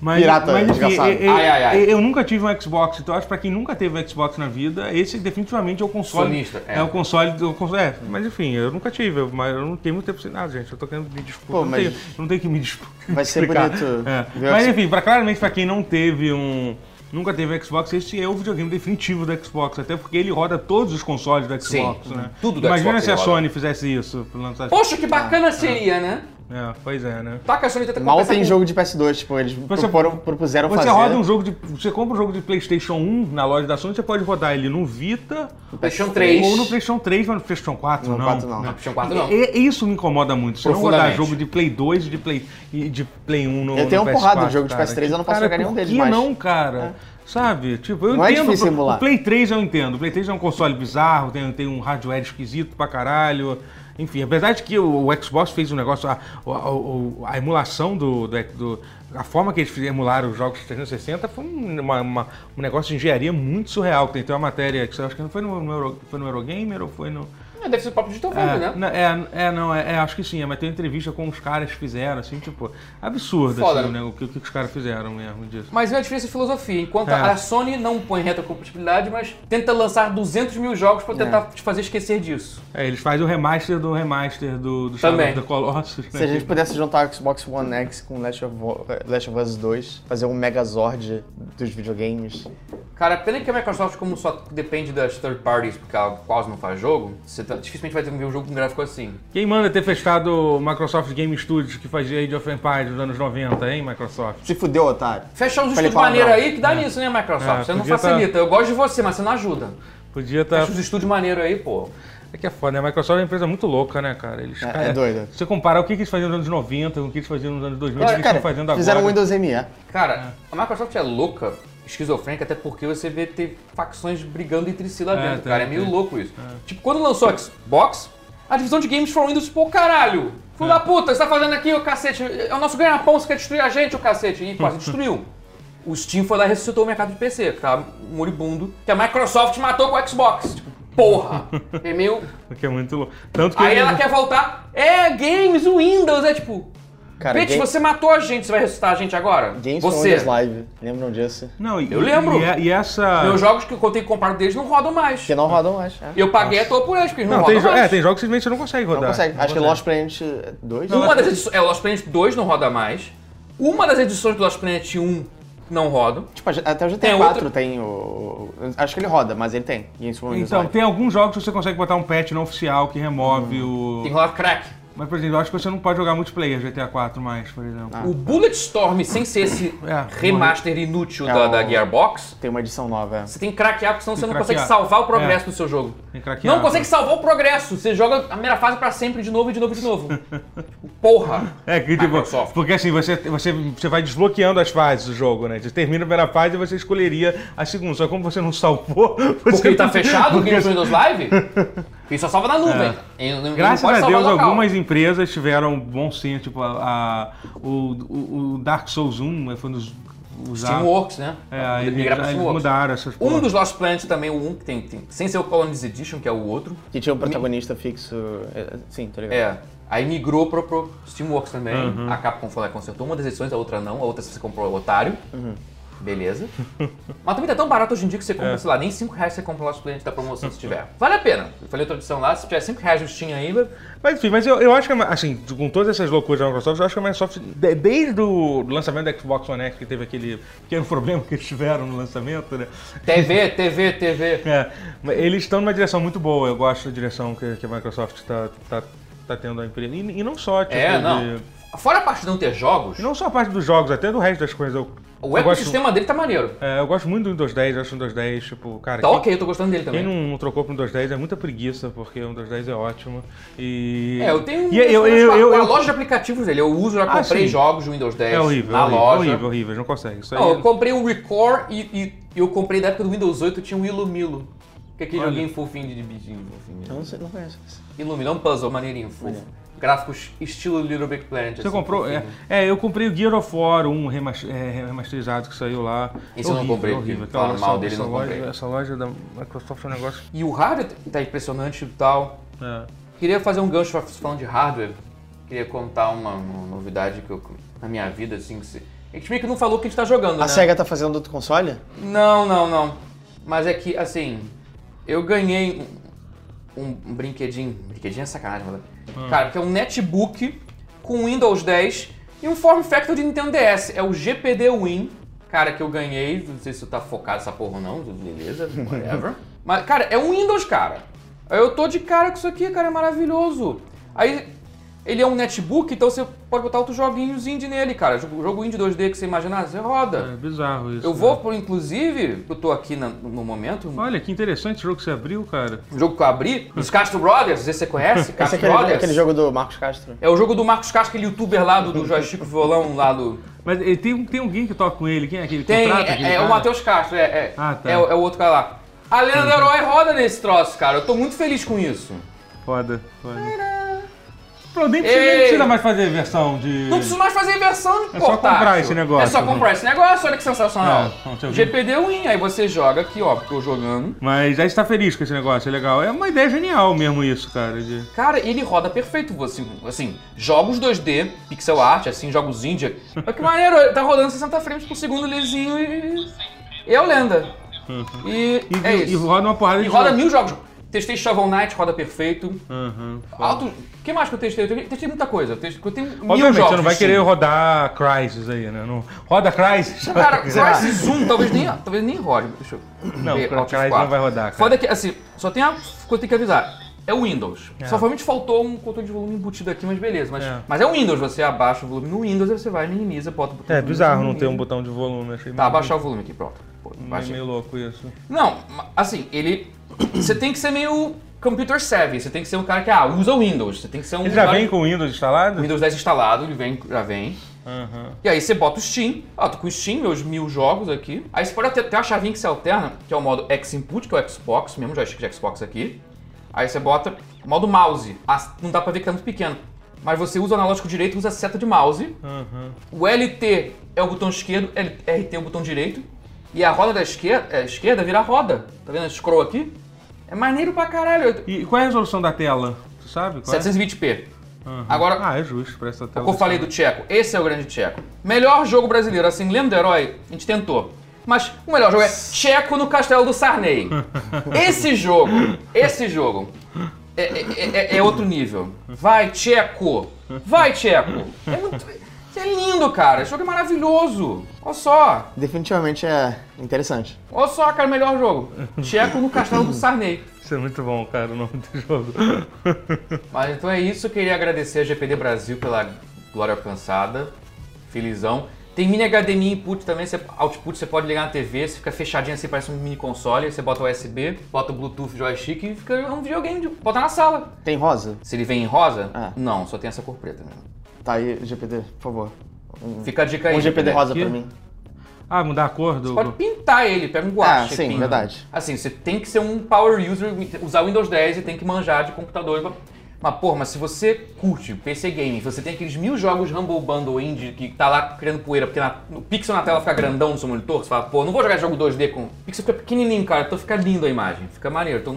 Mas, Pirata, mas enfim, desgraçado. eu, eu- Ai, ai, ai. eu- eu nunca tive um Xbox, então acho que pra quem nunca teve um Xbox na vida, esse definitivamente é o console. Sonista, é. é. o console do. o console- é, mas enfim, eu nunca tive, eu- mas eu não tenho muito tempo sem nada, gente. Eu tô querendo me disputar. Pô, não, mas- tenho, não tenho que me disputar. Vai ser bonito ver o É. Mas Xbox. enfim, pra, claramente pra quem não teve um. Nunca teve Xbox, esse é o videogame definitivo do Xbox, até porque ele roda todos os consoles do Xbox, Sim, né? tudo do Imagina Xbox se a ele roda. Sony fizesse isso, lançasse Poxa, que bacana seria, né? é, pois é, né? Toca a Sony tá tenta Mal compensar tem com- jogo de PS2, tipo, eles proporam, propuseram Você fazer. roda um jogo de. Você compra um jogo de PlayStation 1 na loja da Sony, você pode rodar ele no Vita. PlayStation 3. Ou no PlayStation 3, mas no PlayStation 4, Não, não. quatro não. PlayStation 4 não. E- e É, isso me incomoda muito. Se eu não rodar Profundamente. jogo de Play 2 e de Play, e de Play 1 no. Eu tenho no uma porrada PS4, de jogo de cara. PS3, eu não posso Cara, jogar nenhum por deles que mais. É. não, cara? Sabe? Tipo, eu Não é entendo. difícil pro- emular. O Play 3 eu entendo. O Play 3 é um console bizarro, tem, tem um hardware esquisito pra caralho. Enfim, apesar de que o, o Xbox fez um negócio, a, o- o- a emulação do, do, do- A forma que eles emularam os jogos 360 foi um- uma- uma- um negócio de engenharia muito surreal. Tem, tem uma matéria que eu acho que não foi no, no, Euro- foi no Eurogamer ou foi no. É, Deve ser o próprio Digital Foundry, É, né? não, é, é, não, é, é, acho que sim, é, mas tem uma entrevista com os caras que fizeram, assim, tipo, absurdo, Foda, assim, né? né, o, que, o que os caras fizeram mesmo disso. Mas é uma diferença de filosofia. Enquanto É. a Sony não põe retrocompatibilidade, mas tenta lançar 200 mil jogos pra É. tentar te fazer esquecer disso. É, eles fazem o remaster do remaster do, do Também. Shadow of the Colossus, né? Se a gente pudesse juntar o Xbox One X com Last of, Vo- eh, Last of Us 2, fazer um Megazord dos videogames. Cara, pena que a Microsoft, como só depende das third parties, porque ela quase não faz jogo, você tá- dificilmente vai ter um jogo com gráfico assim. Quem manda ter fechado o Microsoft Game Studios que fazia Age of Empires nos anos 90, hein, Microsoft? Se fudeu, otário. Fechar uns Falei estúdios palavrão. maneiros aí que dá nisso, né, Microsoft? É, você não podia tá- É. facilita. Eu gosto de você, mas você não ajuda. Podia estar... Fecha uns estúdios maneiros aí, pô. É que é foda, né? A Microsoft é uma empresa muito louca, né, cara? Eles, É, cara, é doido. Se você comparar o que que eles faziam nos anos 90 com o que eles faziam nos anos 2000, o que Cara, eles estão fazendo agora... fizeram Windows ME. Cara, a Microsoft é louca esquizofrênica, até porque você vê ter facções brigando entre si lá É, dentro, tem, cara. É meio tem. louco isso. Tipo, quando lançou a Xbox, a divisão de games for Windows, pô, caralho! Filho É. da puta, o que você tá fazendo aqui, ô cacete? É o nosso ganha-pão, você quer destruir a gente, ô cacete? E *laughs* quase destruiu. O Steam foi lá e ressuscitou o mercado de PC, que tava moribundo, que a Microsoft matou com o Xbox. Tipo, porra! *laughs* É meio. Porque é muito louco. Tanto que. Aí ela quer voltar. É, games, Windows, é tipo. Cara, Bitch, game- você matou a gente, você vai ressuscitar a gente agora? Games um for você. Windows Live, lembram disso? Não, e- Eu lembro. E, e essa. Meus jogos que eu tenho que comprar deles não rodam mais. Que não rodam mais. é. Eu paguei à toa por eles, porque eles não, Não, tem, rodam jo- mais. é, tem jogos que simplesmente você não consegue rodar. Não consegue. Acho que consegue. Lost Planet 2? Uma das edições. É, o Lost Planet 2 não roda mais. Uma das edições do Lost Planet 1 não roda. Tipo, até o GTA É Tem 4 outro- tem o. Acho que ele roda, mas ele tem. Games for Windows Então, Live. tem alguns jogos que você consegue botar um patch não oficial que remove Hum. Tem que o. rolar crack. Mas, por exemplo, eu acho que você não pode jogar multiplayer GTA 4 mais, por exemplo. O Bulletstorm, sem ser esse É, remaster inútil É da, o- da Gearbox, Tem uma edição nova. é. você tem que craquear, porque senão você não craquear. consegue salvar o progresso É. do seu jogo. Tem que craquear. Não consegue salvar o progresso. Você joga a primeira fase pra sempre, de novo, e de novo, e de novo. Tipo, Porra! É, que tipo, Ah, Microsoft. porque assim, você, você, você vai desbloqueando as fases do jogo, né? Você termina a primeira fase e você escolheria a segunda. Só que como você não salvou... *laughs* Você Porque ele tá não- *laughs* fechado, o porque- É. Games for Windows Live, ele só salva na nuvem. Ele não- ele Graças não pode a salvar Deus, local. algumas empresas tiveram um bom senso, tipo a, a- o, o- o Dark Souls 1 foi nos usar. Steamworks, né? É, aí eles, Migrar pra aí eles Steamworks. mudaram essas Um porra. dos Lost Planets também, o um que tem, tem- sem ser o Colonies Edition, que é o outro. Que tinha um protagonista fixo. é, Sim, tô ligado. É. Aí migrou pro, pro Steamworks também. Uhum. A Capcom foi lá e consertou uma das edições, a outra não. A outra você comprou o otário. *laughs* Beleza. Mas também tá tão barato hoje em dia que você É. compra, sei lá, nem 5 reais você compra o Lost Planet da promoção se tiver. Vale a pena. Eu falei outra edição lá, se tiver 5 reais no Steam aí, Mas enfim, mas eu, eu acho que, assim, com todas essas loucuras da Microsoft, eu acho que a Microsoft, de- desde o lançamento da Xbox One X, que teve aquele pequeno *laughs* problema que eles tiveram no lançamento, né? TV, TV, TV. *laughs* É, mas eles estão numa direção muito boa. Eu gosto da direção que, que a Microsoft está tá, tá tendo a empresa. E, e não só, tipo, É, de- não. Fora a parte de não ter jogos, e não só a parte dos jogos, até do resto das coisas. Eu, o eu gosto, ecossistema dele tá maneiro. é, eu gosto muito do Windows 10, eu acho o Windows 10, tipo, cara, Tá quem- ok, eu tô gostando dele quem também. não, não trocou pro Windows 10 é muita preguiça, porque o Windows 10 é ótimo. E. É, eu tenho E eu, eu, eu, eu, a eu- loja de aplicativos dele. Eu uso, já Ah, comprei sim. jogos do Windows 10 É horrível, na é horrível, loja. horrível, horrível, não consegue. Isso aí. é- Não, eu comprei o Record e, e eu comprei da época do Windows 8, tinha o Ilumilo. Que é aquele Olha. joguinho fofinho de bichinho. Fofinho. Eu não, sei, não conheço isso. Ilumilo é um puzzle maneirinho, fofo. Gráficos estilo Little Big Planet. Você assim, comprou? É, fofinho. é, eu comprei o Gear of War 1 remas- é, remasterizado que saiu lá. Esse eu não Horrível, comprei, horrível. porque Aquela- falaram mal essa- dele, essa não loja- comprei. Essa loja da Microsoft é um negócio. E o hardware tá impressionante e tal. É. Queria fazer um gancho falando de hardware. Queria contar uma, uma novidade que eu, na minha vida, assim, que se... A gente meio que não falou o que a gente tá jogando, A né? SEGA tá fazendo outro console? Não, não, não. Mas é que, assim, eu ganhei um, um brinquedinho. Brinquedinho é sacanagem, mano. Cara, que é um netbook com Windows 10 e um form factor de Nintendo DS. É o GPD Win, cara, que eu ganhei. Não sei se tu tá focado essa porra ou não, beleza, whatever. Mas, cara, é um Windows, cara. Aí Eu tô de cara com isso aqui, cara, é maravilhoso. Aí ele é um netbook, então você pode botar outros joguinhos indie nele, cara. Jogo jogo indie 2D que você imaginar, você roda. É bizarro isso. Eu né? vou, por, inclusive, eu tô aqui na- no momento, um Olha, que interessante o jogo que você abriu, cara. jogo que eu abri, os Castro Brothers, não sei se você conhece, Esse é Castro aquele, Brothers. aquele jogo do Marcos Castro. É o jogo do Marcos Castro, aquele youtuber lá do, do joystick violão lá do... Mas eh, tem, um- tem alguém que toca com ele? Quem é aquele? Tem, Contrata aquele é, é cara? o Matheus Castro, é, é, Ah, tá. é, o- é o outro cara lá. A Lenda do Herói roda nesse troço, cara, eu tô muito feliz com isso. Foda, foda. Pronto, nem precisa, nem Ei! precisa mais fazer versão de... Não preciso mais fazer inversão de É só portátil. comprar esse negócio, É só né? comprar esse negócio, olha que sensacional. É, não, deixa eu ver. GPD Win, aí você joga aqui, ó, tô jogando. Mas aí você tá feliz com esse negócio, é legal. É uma ideia genial mesmo isso, cara. de- Cara, ele roda perfeito, assim, assim, jogos 2D, pixel art, assim, jogos indie. Olha que maneiro, ele tá rodando 60 frames por segundo lisinho e. E é o lenda. E, Uhum. E, é e isso. roda uma porrada E de roda jogo. mil jogos. Testei Shovel Knight, roda perfeito. Aham, Uhum, foda. Alto. O que mais que eu testei? Eu testei muita coisa. Eu testei- eu tenho mil Obviamente, jogos. você não vai de querer Steam. rodar Crysis aí, né? Não... Roda Crysis? Então, Cara, Crysis 1 talvez nem, talvez nem rode. Deixa eu Não, ver, pra Alt trás F4. não vai rodar, cara. Foda que, assim, só tem uma coisa que eu tenho que avisar. É o Windows. Só realmente faltou um controle de volume embutido aqui, mas beleza. Mas É. é, mas é o Windows, você abaixa o volume no Windows, aí você vai, minimiza, bota o *laughs* botão. É de bizarro não volume, ter um Hum, botão de volume, achei Tá, meio- abaixar o volume aqui, pronto. Pô, meio, abaixei. meio louco isso. Não, ma- assim, ele... *clears throat* Você tem que ser meio computer savvy, você tem que ser um cara que, ah, usa o Windows. Você tem que ser um... Ele já cara- vem com o Windows instalado? Windows 10 instalado, ele vem, já vem. Aham. E aí você bota o Steam, ó, tô com o Steam, meus mil jogos aqui. Aí você pode até ter uma chavinha que se alterna, que é o modo X-Input, que é o Xbox, mesmo joystick de Xbox aqui. Aí você bota modo mouse. Ah, não dá pra ver que tá muito pequeno. Mas você usa o analógico direito, usa a seta de mouse. Aham. O LT é o botão esquerdo, L- RT é o botão direito. E a roda da esquerda, é, esquerda vira a roda. Tá vendo a scroll aqui? É maneiro pra caralho. E qual é a resolução da tela? Tu sabe? Qual é? 720p. Aham. Agora, Ah, é justo pra essa tela. o que eu falei do Tcheco, esse é o grande Tcheco. Melhor jogo brasileiro, assim, lembra do herói? A gente tentou. Mas o melhor jogo é Tcheco no Castelo do Sarney. Esse jogo, esse jogo, é, é- é- é outro nível. Vai, Tcheco! Vai, Tcheco! É muito... isso é lindo, cara. Esse jogo é maravilhoso. Olha só. Definitivamente é interessante. Olha só, cara, melhor jogo. Tcheco no Castelo do Sarney. Isso é muito bom, cara, o nome do *laughs* jogo. Mas então é isso, eu queria agradecer a GPD Brasil pela glória alcançada. Felizão. Tem mini HDMI input também, você, output você pode ligar na TV, você fica fechadinho assim, parece um mini console, você bota o USB, bota o Bluetooth joystick e fica um videogame, de- bota na sala. Tem rosa? Se ele vem em rosa, Ah. não, só tem essa cor preta mesmo. Tá aí, GPD, por favor. Um, Fica a dica aí. um GPD rosa aqui? pra mim. Ah, mudar a cor do. Pode pintar ele, pega um guache. Ah, sim, pinta. verdade. Assim, você tem que ser um power user, usar o Windows 10 e tem que manjar de computador. Mas, porra, mas se você curte PC Game, você tem aqueles mil jogos Humble Bundle Indie que tá lá criando poeira, porque na- o pixel na tela fica grandão no seu monitor, você fala, pô, não vou jogar jogo 2D com... O pixel fica pequenininho, cara, então fica lindo a imagem, fica maneiro. Então,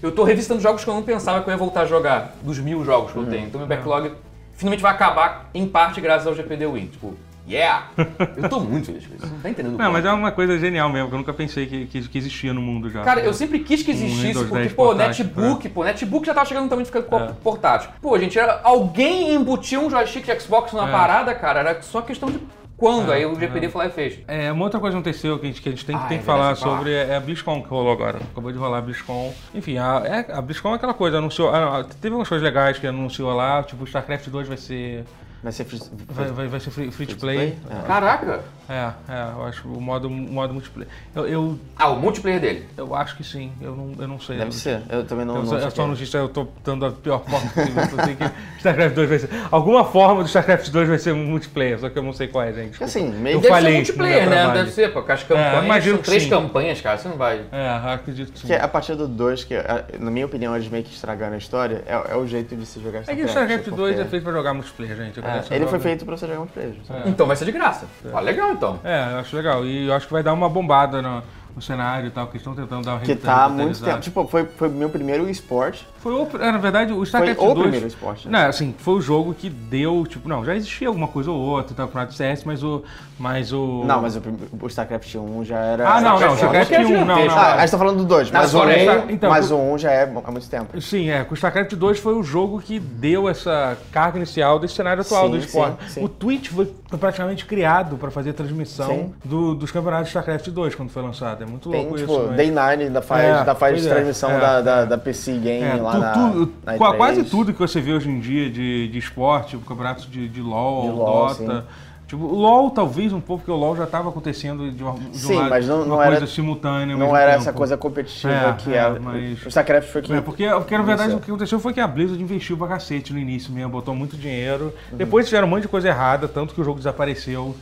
eu tô revisitando jogos que eu não pensava que eu ia voltar a jogar, dos mil jogos Uhum. que eu tenho. Então, meu backlog finalmente vai acabar, em parte, graças ao GPD Win. Tipo, *laughs* yeah! Eu tô muito feliz com isso, não tá entendendo Não, mas é uma coisa genial mesmo, que eu nunca pensei que, que, que existia no mundo já. Cara, eu sempre quis que Um existisse, Windows porque, 10 pô, portátil, né? É. netbook, pô, netbook já tava chegando também de ficar com portátil. Pô, gente, era, alguém embutiu um joystick de Xbox na É. parada, cara, era só questão de quando. Aí o GPD foi lá e fez. É, uma outra coisa que aconteceu que a gente, que a gente tem, que Ah, tem é que falar verdade, tem que falar. sobre é a BlizzCon que rolou agora. Acabou de rolar a BlizzCon. Enfim, a, é- a BlizzCon é aquela coisa, anunciou. ah, teve algumas coisas legais que anunciou lá, tipo, StarCraft 2 vai ser. Vai ser fris- Vai, vai, vai ser free, free to play. play? É. Caraca! É, é, eu acho o modo, o modo multiplayer. Eu, eu, Ah, o multiplayer dele. eu acho que sim, eu não, eu não sei. Deve ser. Eu também não, Eu, não é. sou, eu chequei. sou notícia, eu tô dando a pior forma possível. Eu sei que *laughs* StarCraft 2 vai ser. Alguma forma do StarCraft 2 vai ser um multiplayer, só que eu não sei qual é, gente. Porque assim, Eu meio Deve falei ser no multiplayer, meu né? trabalho. Deve ser, pô, porque as É, campanhas. imagino são que três sim. campanhas, cara, você não vai. É, acredito que sim. que a partir do 2, que a- na minha opinião eles meio que estragaram a história, é, é o jeito de se jogar É que o StarCraft 2 é feito pra jogar né? É, multiplayer, gente. Eu conheço É, ele foi jogos- feito pra você jogar um player. sabe? Então vai ser de graça. Ah, legal então. É, eu acho legal. E eu acho que vai dar uma bombada no, no cenário e tal, que estão tentando dar uma Que revita- tá há muito revitalizada. tempo. Tipo, foi, foi meu primeiro esporte. Foi o, é, na verdade, o StarCraft Foi o 2. primeiro esporte, né? Não, assim, foi o jogo que deu, tipo, não, já existia alguma coisa ou outra, e tal, com o CS, mas o. Mas o. Não, mas o, prim- o StarCraft 1 já era. um. Ah, não, não, o StarCraft StarCraft 1, não, não. gigantesco. Ah, a gente tá falando do 2, Não, mas o só lembra- 1 então, mas o- o 1 já é há muito tempo. Sim, é. O StarCraft 2 foi o jogo que deu essa carga inicial desse cenário atual Sim, do esporte. sim, sim. O Twitch foi praticamente criado para fazer a transmissão Sim. do- dos campeonatos de StarCraft 2 quando foi lançado. É muito Tem, louco tipo, isso. né? Day 9 da faz, É, da faz pois de é, transmissão é. da, da, da PC Game É, lá tu- na, tu- na qua- E3. quase tudo que você vê hoje em dia de, de esporte, tipo, campeonato de, de LOL, De LOL, Dota. sim. Tipo, o LOL talvez um pouco, porque o LOL já estava acontecendo de, uma, de Sim, um lado, mas não- não uma era- coisa simultânea. ao Não mesmo era tempo. essa coisa competitiva É, que é, é. mas- O StarCraft foi que. É, porque, porque na verdade Isso. é? o que aconteceu foi que a Blizzard investiu pra cacete no início mesmo, botou muito dinheiro. Uhum. Depois fizeram um monte de coisa errada, tanto que o jogo desapareceu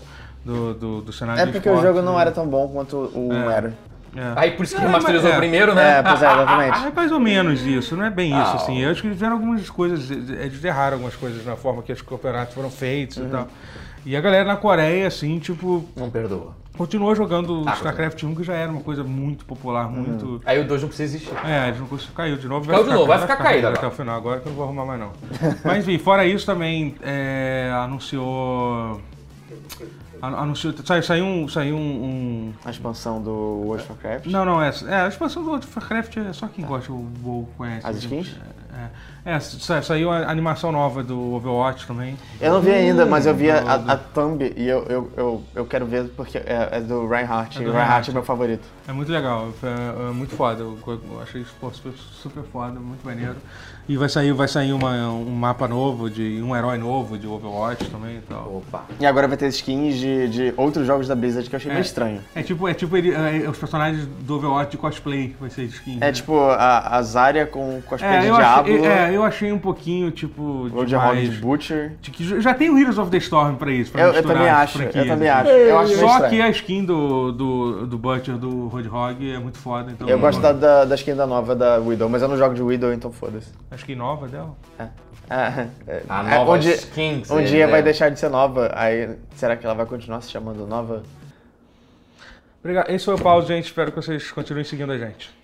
do, do, do cenário É de porque o esporte, jogo não né? era tão bom quanto o 1 era. É. Aí por isso que É, remasterizou mas- é. primeiro, né? É, pois é, Ah, exatamente. *laughs* é mais ou menos isso, não é bem isso, Ah, assim. Eu acho que eles fizeram algumas coisas, eles erraram algumas coisas na forma que os campeonatos foram feitos Uhum. e tal. E a galera na Coreia, assim, tipo, Não perdoa. continuou jogando Ah, é. StarCraft 1, que já era uma coisa muito popular, Uhum. muito. Aí o 2 não precisa existir. É, eles não conseguiram. Caiu de novo. Caiu de novo, vai ficar caído até agora. o final, agora que eu não vou arrumar mais não. Mas enfim, fora isso também é, anunciou. an- Anunciou. Saiu, saiu um. Saiu um, um- A expansão do World of Warcraft. Não, não, é, é. A expansão do World of Warcraft é só quem gosta, o WoW conhece. As gente. skins? É, é, sa- saiu a animação nova do Overwatch também. Eu não vi ainda, mas eu vi a, a, a thumb e eu, eu, eu, eu quero ver porque é, é do Reinhardt. É e do o Reinhardt. Reinhardt é meu favorito. É muito legal, é, é muito foda. Eu, eu achei isso pô, super, super foda, muito maneiro. E vai sair, vai sair uma- um mapa novo, de um herói novo de Overwatch também e tal. Opa. E agora vai ter skins de, de outros jogos da Blizzard que eu achei meio estranho. É tipo, é tipo ele- é, os personagens do Overwatch de cosplay, vai ser skin. né? É, É tipo a, a Zarya com cosplay de eu achei, Diablo, é, eu achei um pouquinho, tipo, ou de Hog demais. de Butcher. De que Já tem o Heroes of the Storm pra isso, pra Eu, eu misturar também as acho, eu franquias, também assim. acho. Eu acho meio Só que estranho. a skin do, do, do Butcher, do Roadhog, é muito foda, então... Eu gosto da, da, da skin da nova da Widow, mas eu não jogo de Widow, então foda-se. A skin nova dela? Ah, é, A é, nova um dia, skin que um você dia vai deu. deixar de ser nova, aí será que ela vai continuar se chamando nova? Obrigado. Esse foi o Pause, gente. Espero que vocês continuem seguindo a gente.